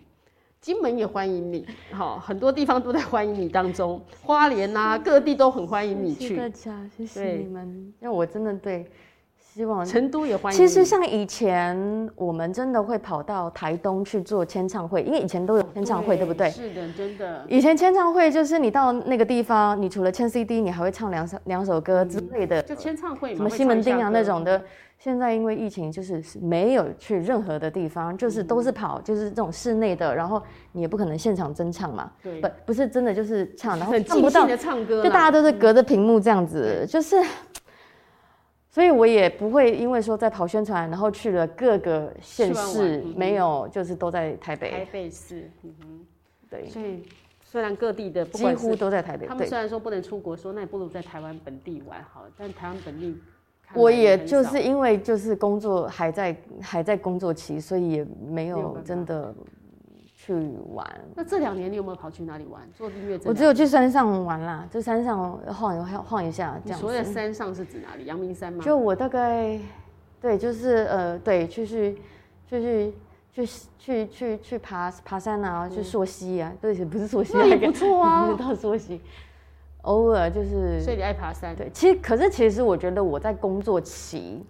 [SPEAKER 1] 金门也欢迎你，好，很多地方都在欢迎你当中，花莲呐、
[SPEAKER 3] *laughs*
[SPEAKER 1] 各地都很欢迎你
[SPEAKER 3] 谢谢大
[SPEAKER 1] 去，
[SPEAKER 3] 家，谢谢
[SPEAKER 1] 对
[SPEAKER 3] 你们。因为我真的对，希望
[SPEAKER 1] 成都也欢迎
[SPEAKER 3] 其
[SPEAKER 1] 你。
[SPEAKER 3] 实像以前我们真的会跑到台东去做签唱会，因为以前都有签唱会，对不对？
[SPEAKER 1] 是的，真的。
[SPEAKER 3] 以前签唱会就是你到那个地方，你除了签 CD，你还会唱两首两首歌之类的，
[SPEAKER 1] 嗯就签唱会嘛，
[SPEAKER 3] 什么
[SPEAKER 1] 会
[SPEAKER 3] 西门町
[SPEAKER 1] 唱
[SPEAKER 3] 啊
[SPEAKER 1] 一下
[SPEAKER 3] 那
[SPEAKER 1] 歌
[SPEAKER 3] 种的。现在因为疫情，就是没有去任何的地方，
[SPEAKER 1] 嗯
[SPEAKER 3] 就是都是跑，就是这种室内的，然后你也不可能现场真唱嘛，
[SPEAKER 1] 对
[SPEAKER 3] 不不是真的就是唱，然后
[SPEAKER 1] 很
[SPEAKER 3] 唱
[SPEAKER 1] 尽
[SPEAKER 3] 不到
[SPEAKER 1] 兴，的唱歌啦，
[SPEAKER 3] 就大家都是隔着屏幕这样子，就是，所以我也不会因为说在跑宣传，然后去了各个县
[SPEAKER 1] 去玩玩
[SPEAKER 3] 市
[SPEAKER 1] 嗯，
[SPEAKER 3] 没有就是都在台
[SPEAKER 1] 台
[SPEAKER 3] 北，
[SPEAKER 1] 北市，嗯哼。
[SPEAKER 3] 对，
[SPEAKER 1] 所以虽然各地的不
[SPEAKER 3] 几
[SPEAKER 1] 管是
[SPEAKER 3] 乎都在台北
[SPEAKER 1] 他。们
[SPEAKER 3] 对，
[SPEAKER 1] 虽然说不能出国说，那也不如在台湾本地玩好了。但台湾本地看来很少，
[SPEAKER 3] 我也就是因为就是工作还在还在工作期，所以也没
[SPEAKER 1] 没有办
[SPEAKER 3] 有
[SPEAKER 1] 法
[SPEAKER 3] 真的去玩。
[SPEAKER 1] 那这两年你有没有跑去哪里玩？做音乐这两年？啊
[SPEAKER 3] 我只有去山上玩啦，就山上晃一晃晃一下这
[SPEAKER 1] 你
[SPEAKER 3] 样
[SPEAKER 1] 所谓的
[SPEAKER 3] 子。
[SPEAKER 1] 山上是指哪里？阳明山吗？
[SPEAKER 3] 就我大概，对，就是呃，对，去去去去去去去爬爬山啊，去溯溪啊，对，不是溯溪啊，
[SPEAKER 2] *laughs*
[SPEAKER 1] 那也不错啊
[SPEAKER 3] 不是到溯溪，
[SPEAKER 2] 偶尔就是
[SPEAKER 1] 所以你爱爬山，
[SPEAKER 2] 对，其实可是其实我觉得我在工作期，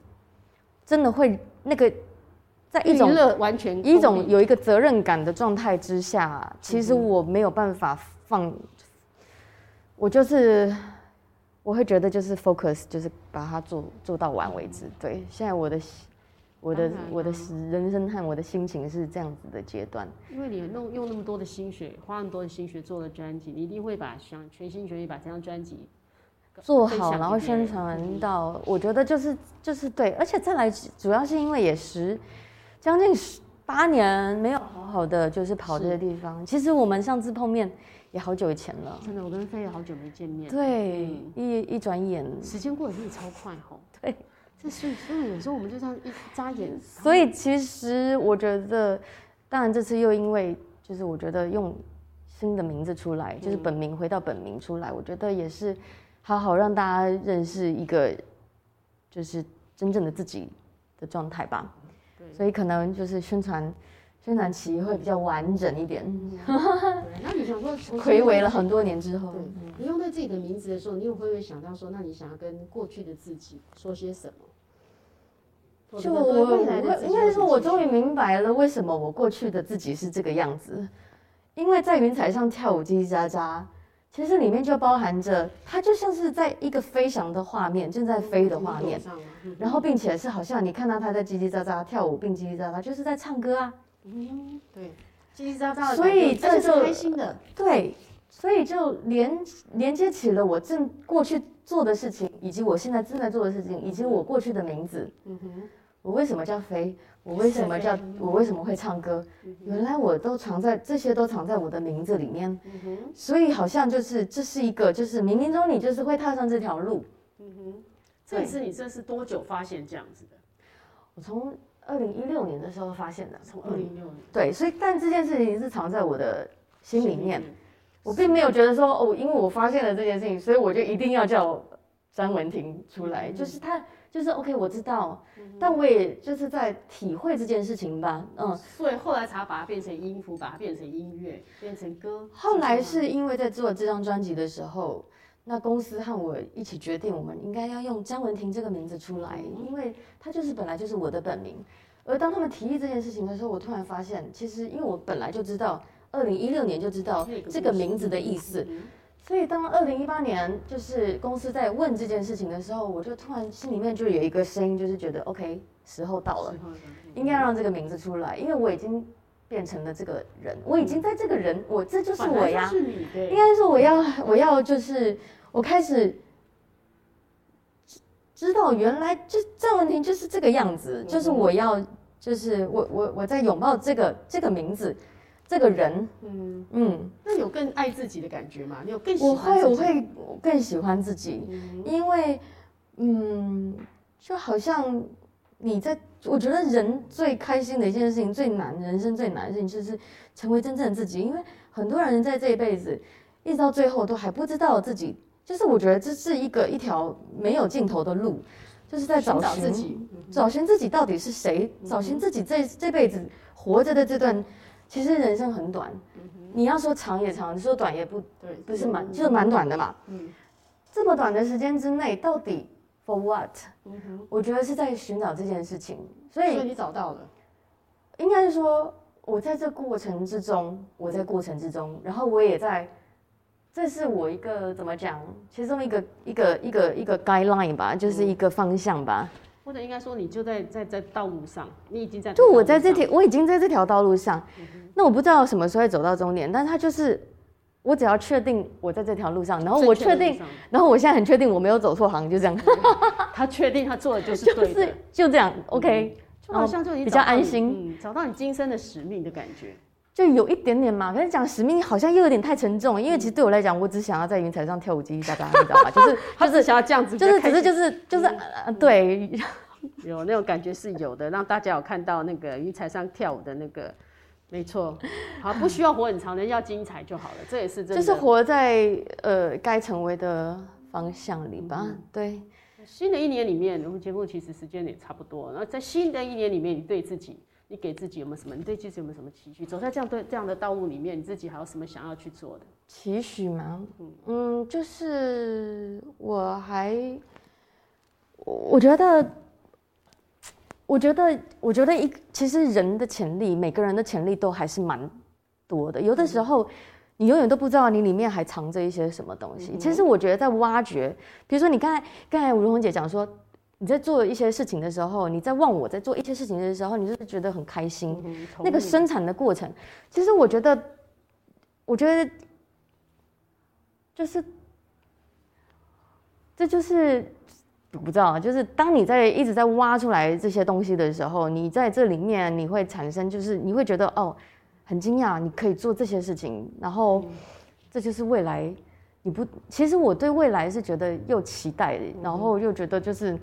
[SPEAKER 2] 真的会那个在一种
[SPEAKER 1] 娱乐完全
[SPEAKER 2] 一种
[SPEAKER 1] 功利
[SPEAKER 2] 有一个责任感的状态之下，其
[SPEAKER 1] 嗯
[SPEAKER 2] 实我没有办法放，我就是我会觉得就是 focus，就是把它做做到完为止。对，现在我的我的
[SPEAKER 1] 当然啊
[SPEAKER 2] 我的人生和我的心情是这样子的阶段。
[SPEAKER 1] 因为你弄用那么多的心血，花那么多的心血做了专辑，你一定会把想全心全意把这张专辑
[SPEAKER 2] 做
[SPEAKER 1] 分
[SPEAKER 2] 好，
[SPEAKER 1] 享
[SPEAKER 2] 然
[SPEAKER 1] 给
[SPEAKER 2] 后
[SPEAKER 1] 别
[SPEAKER 2] 宣
[SPEAKER 1] 人
[SPEAKER 2] 传
[SPEAKER 1] 嗯
[SPEAKER 2] 到，我觉得就是就是对，而且再来主要是因为也十将近十八年没有好好的就是跑这
[SPEAKER 1] 是
[SPEAKER 2] 些地方。其实我们上次碰面也好久以前
[SPEAKER 3] 嗯
[SPEAKER 2] 了，
[SPEAKER 1] 真的，我跟飞儿好久没见面。
[SPEAKER 2] 对，
[SPEAKER 1] 嗯
[SPEAKER 2] 一一转眼，
[SPEAKER 1] 时间过得真的超快吼。
[SPEAKER 2] 嗯对，
[SPEAKER 1] 这是所以有时候我们就这样一眨眼，
[SPEAKER 2] 所以其实我觉得，当然这次又因为就是我觉得用新的名字出来，
[SPEAKER 1] 嗯
[SPEAKER 2] 就是本名回到本名出来，我觉得也是好好让大家认识一个就是真正的自己的状态吧。
[SPEAKER 1] 对
[SPEAKER 2] 所以可能就是宣传宣传期会比较完整一点，
[SPEAKER 1] 对那你想
[SPEAKER 2] *laughs*
[SPEAKER 1] 说重新
[SPEAKER 2] 回嗯味了很多年之后
[SPEAKER 1] 嗯对，，你用在自己的名字的时候，你有会不会想到说，那你想要跟过去的自己说些什么？或者
[SPEAKER 2] 就
[SPEAKER 1] 跟
[SPEAKER 2] 我我
[SPEAKER 1] 未来的自己
[SPEAKER 2] 应该是说，我终
[SPEAKER 1] 于
[SPEAKER 2] 于明白了为什么我过去的自己是这个样子，因为在云彩上跳舞叽叽喳喳，其实里面就包含着它就像是在一个飞翔的画面，正在飞的画面，，
[SPEAKER 1] 嗯
[SPEAKER 2] 然后并且是好像你看到它在叽叽喳喳跳舞，并叽叽喳喳就是在唱歌啊，
[SPEAKER 1] 嗯，对，叽叽喳喳的感觉，
[SPEAKER 2] 所以
[SPEAKER 1] 而且
[SPEAKER 2] 这就是
[SPEAKER 1] 开心的，
[SPEAKER 2] 对，所以就连连接起了我正过去做的事情，以及我现在正在做的事情，以及我过去的名字。
[SPEAKER 1] 嗯哼，
[SPEAKER 2] 我为什么叫飞？啊嗯我为什么叫
[SPEAKER 1] 是
[SPEAKER 2] 我为什么会唱歌？原来我都藏在这些都藏在我的名字里面，
[SPEAKER 1] 嗯哼，
[SPEAKER 2] 所以好像就是这是一个就是冥冥中你就是会踏上这条路。
[SPEAKER 1] 嗯哼，这次你这是多久发现这样子的？
[SPEAKER 2] 我从二零一六年的时候发现的，
[SPEAKER 1] 从二零一六年
[SPEAKER 2] 对，所以但这件事情是藏在我的嗯心里面，我并没有觉得说哦，因为我发现了这件事情，所以我就一定要叫张文婷出来，就是他就是 OK，我知道，但我也就是在体会这件事情吧，嗯。
[SPEAKER 1] 所以后来才把它变成音符，把它变成音乐，变成歌。
[SPEAKER 2] 后来
[SPEAKER 1] 吗
[SPEAKER 2] 是因为在做这张专辑的时候，那公司和我一起决定，我们应该要用张文婷这个名字出来，因为她就是本来就是我的本名。而当他们提议这件事情的时候，我突然发现，其实因为我本来就知道，二零一六年就知道
[SPEAKER 1] 那个
[SPEAKER 2] 这个名字的意思，所以当二零一八年就是公司在问这件事情的时候，我就突然心里面就有一个声音，就是觉得 OK，时候到了。
[SPEAKER 1] 时候的
[SPEAKER 2] 应该让这个名字出来，因为我已经变成了这个人，我已经在这个人，我这就是我
[SPEAKER 1] 本来
[SPEAKER 2] 呀。
[SPEAKER 1] 就是你对
[SPEAKER 2] 应该说我要，我要就是我开始知知道原来就郑文婷就是这个样子，
[SPEAKER 1] 嗯
[SPEAKER 2] 就是我要，就是我我我在拥抱这个这个名字，这个人，
[SPEAKER 1] 嗯，
[SPEAKER 2] 嗯，
[SPEAKER 1] 那有更爱自己的感觉吗？你有更喜
[SPEAKER 2] 我
[SPEAKER 1] 欢
[SPEAKER 2] 会
[SPEAKER 1] 自己
[SPEAKER 2] 我会我更喜欢自己，
[SPEAKER 1] 嗯
[SPEAKER 2] 因为，嗯，就好像你在，我觉得人最开心的一件事情，最难，人生最难的事情就是成为真正的自己。因为很多人在这一辈子，一直到最后都还不知道自己，就是我觉得这是一个一条没有尽头的路，就是在找
[SPEAKER 1] 寻找
[SPEAKER 2] 寻
[SPEAKER 1] 自己，
[SPEAKER 2] 找寻自己到底是谁，找寻自己这这辈子活着的这段，其实人生很短，你要说长也长，你说短也不
[SPEAKER 1] 对，
[SPEAKER 2] 不是蛮，就是蛮短的嘛。这么短的时间之内，到底 for what？
[SPEAKER 1] 嗯哼，
[SPEAKER 2] 我觉得是在寻找这件事情，所
[SPEAKER 1] 所以
[SPEAKER 2] 以
[SPEAKER 1] 你找到了，
[SPEAKER 2] 应该是说，我在这过程之中，我在过程之中，然后我也在，这是我一个怎么讲，其中一个一个一个一个 guideline 吧，就是一个方向吧。
[SPEAKER 1] 或者应该说你就在在在道路上，你已经在
[SPEAKER 2] 就我
[SPEAKER 1] 道
[SPEAKER 2] 在
[SPEAKER 1] 路
[SPEAKER 2] 这
[SPEAKER 1] 上
[SPEAKER 2] 条，我已经在这条道路上，那我不知道什么时候会走到终点，但它就是，我只要确定我在这条路上，然后
[SPEAKER 1] 正
[SPEAKER 2] 我
[SPEAKER 1] 确
[SPEAKER 2] 确
[SPEAKER 1] 的
[SPEAKER 2] 定
[SPEAKER 1] 路上，
[SPEAKER 2] 然后我现在很确定我没有走错行，就这样，
[SPEAKER 1] 他确定他做的就是
[SPEAKER 2] 就
[SPEAKER 1] 对的，
[SPEAKER 2] *laughs* 是就这样，OK。
[SPEAKER 1] 就好像就已经
[SPEAKER 2] 比较
[SPEAKER 1] 找到你
[SPEAKER 2] 安心
[SPEAKER 1] 嗯，找到你今生的使命的感觉。
[SPEAKER 2] 就有一点点嘛，可是讲使命好像又有点太沉重，因为其实对我来讲，我只想要在云彩上跳舞叽叽喳喳，你知道吗？就是
[SPEAKER 1] 他只想要这样子，
[SPEAKER 2] 就是
[SPEAKER 1] 比较开
[SPEAKER 2] 只是
[SPEAKER 1] 心
[SPEAKER 2] 就是就是、呃、对，
[SPEAKER 1] 有那种感觉是有的，让大家有看到那个云彩上跳舞的那个，没错，好，不需要活很长，人要精彩就好了，这也是真的。
[SPEAKER 2] 就是活在呃该成为的方向里吧。对，
[SPEAKER 1] 新的一年里面，我们节目其实时间也差不多。然后在新的一年里面，你对自己，你给自己有没有什么？你对自己有没有什么期许？走在这样对这样的道路里面，你自己还有什么想要去做的？
[SPEAKER 2] 期许吗？嗯，就是我还，我我觉得，我觉得，我觉得一其实人的潜力，每个人的潜力都还是蛮多的。有的时候，你永远都不知道你里面还藏着一些什么东西。其实我觉得在挖掘，比如说你刚才刚才吴红姐讲说。你在做一些事情的时候，你在忘我在做一些事情的时候，你就是觉得很开心，
[SPEAKER 1] 嗯
[SPEAKER 2] 那个，生产的过程，其实我觉得，我觉得就是，这就是我不知道啊，就是当你在一直在挖出来这些东西的时候，你在这里面你会产生，就是你会觉得哦，很惊讶，你可以做这些事情，然后这就是未来。你不，其实我对未来是觉得又期待的，然后又觉得就是，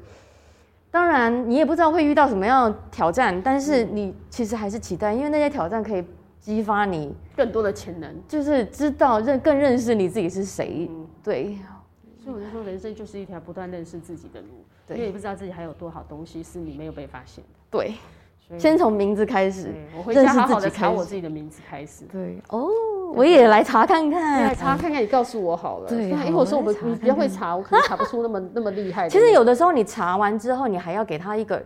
[SPEAKER 2] 当然你也不知道会遇到什么样的挑战，但是
[SPEAKER 1] 嗯
[SPEAKER 2] 你其实还是期待，因为那些挑战可以激发你，
[SPEAKER 1] 更多的潜能。
[SPEAKER 2] 就是知道认更认识你自己是谁。对，
[SPEAKER 1] 所以我就说，人生就是一条不断认识自己的路，因
[SPEAKER 2] 对
[SPEAKER 1] 为你不知道自己还有多少东西是你没有被发现的。
[SPEAKER 2] 对，
[SPEAKER 1] 所以
[SPEAKER 2] 先从名字开始。
[SPEAKER 1] 对我回家
[SPEAKER 2] 认识
[SPEAKER 1] 好好
[SPEAKER 2] 自
[SPEAKER 1] 的
[SPEAKER 2] 己
[SPEAKER 1] 查
[SPEAKER 2] 开始
[SPEAKER 1] 我自己的名字开始。
[SPEAKER 2] 对，哦，我也来查看
[SPEAKER 1] 你来
[SPEAKER 2] 看。
[SPEAKER 1] 查看看，你告诉我好了。
[SPEAKER 2] 嗯对
[SPEAKER 1] 不然
[SPEAKER 2] 好
[SPEAKER 1] 因为我说我
[SPEAKER 2] 我
[SPEAKER 1] 们
[SPEAKER 2] 来查
[SPEAKER 1] 你
[SPEAKER 2] 看
[SPEAKER 1] 比较会查，我可能查不
[SPEAKER 2] *laughs*
[SPEAKER 1] 出那么那么厉害的。
[SPEAKER 2] 其实有的时候你查完之后，你还要给他一个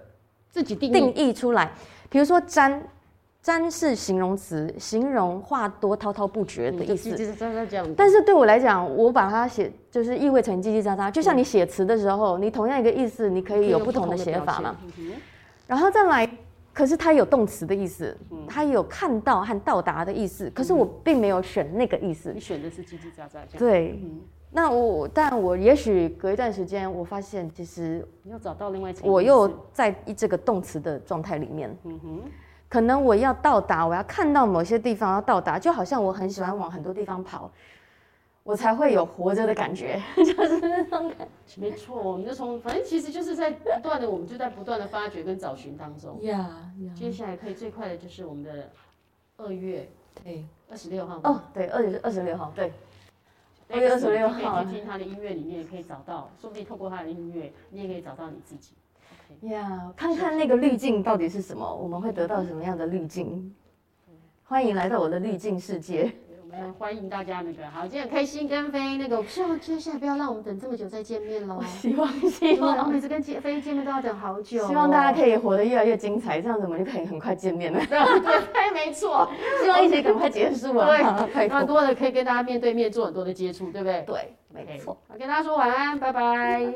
[SPEAKER 1] 自己定
[SPEAKER 2] 定
[SPEAKER 1] 义，
[SPEAKER 2] 义出来，比如说“沾”，“沾”是形容词，形容话多、滔滔不绝的
[SPEAKER 1] 你
[SPEAKER 2] 意
[SPEAKER 1] 嗯就
[SPEAKER 2] 思
[SPEAKER 1] 叽。叽喳喳这样子。
[SPEAKER 2] 但是对我来讲，我把它写就是意会成叽叽喳喳，
[SPEAKER 1] 嗯
[SPEAKER 2] 就像你写词的时候，你同样一个意思，你可以有不同的写
[SPEAKER 1] 可以
[SPEAKER 2] 法嘛。
[SPEAKER 1] 有不同的表现。嗯
[SPEAKER 2] 然后再来，可是它有动词的意思，
[SPEAKER 1] 嗯
[SPEAKER 2] 它也有看到和到达的意思，可是我并没有选那个意
[SPEAKER 1] 哼
[SPEAKER 2] 思
[SPEAKER 1] 你。选的是叽叽喳喳这样。
[SPEAKER 2] 对，那我但我也许隔一段时间，我发现其实
[SPEAKER 1] 你要找到另外一层意思。
[SPEAKER 2] 我又在一这个动词的状态里面，
[SPEAKER 1] 嗯哼，
[SPEAKER 2] 可能我要到达，我要看到某些地方要到达，就好像我很喜欢往很多地方跑，我才会有活着的感觉。
[SPEAKER 1] 没错，我们就从反正其实就是在不断的，我们就在不断的发掘跟找寻当中。
[SPEAKER 2] 呀
[SPEAKER 1] 接下来可以最快的就是我们的二月
[SPEAKER 2] 对，
[SPEAKER 1] 二十六号嘛。
[SPEAKER 2] 哦，对，二月二十六号，对，
[SPEAKER 1] 对
[SPEAKER 2] 2月26
[SPEAKER 1] 可以
[SPEAKER 2] 号
[SPEAKER 1] 听听他的音乐，里面也可以找到，说不定透过他的音乐，你也可以找到你自己。OK，
[SPEAKER 2] 呀，看看那个滤镜到底是什么，我们会得到什么样的滤镜？欢迎来到我的滤镜世界。
[SPEAKER 1] 我们欢迎大家那个好，今天很开心跟飞那个，希望接下来不要让我们等这么久再见面
[SPEAKER 2] *laughs*
[SPEAKER 1] 喽。
[SPEAKER 2] 希望嗯希
[SPEAKER 1] 对，我
[SPEAKER 2] 望
[SPEAKER 1] 每次跟见飞见面都要等好久哦、
[SPEAKER 2] 希望大家可以活得越来越精彩，这样子我们就可以很快见面了。
[SPEAKER 1] 对对对，没错，
[SPEAKER 2] *laughs* 希望疫 *laughs* 情赶快结束啊！
[SPEAKER 1] 对，
[SPEAKER 2] *laughs* 拜
[SPEAKER 1] 那
[SPEAKER 2] 托。
[SPEAKER 1] 多的可以跟大家面对面做很多的接触，对不对？
[SPEAKER 2] 对，没错。
[SPEAKER 1] OK，好，跟大家说晚安，拜拜。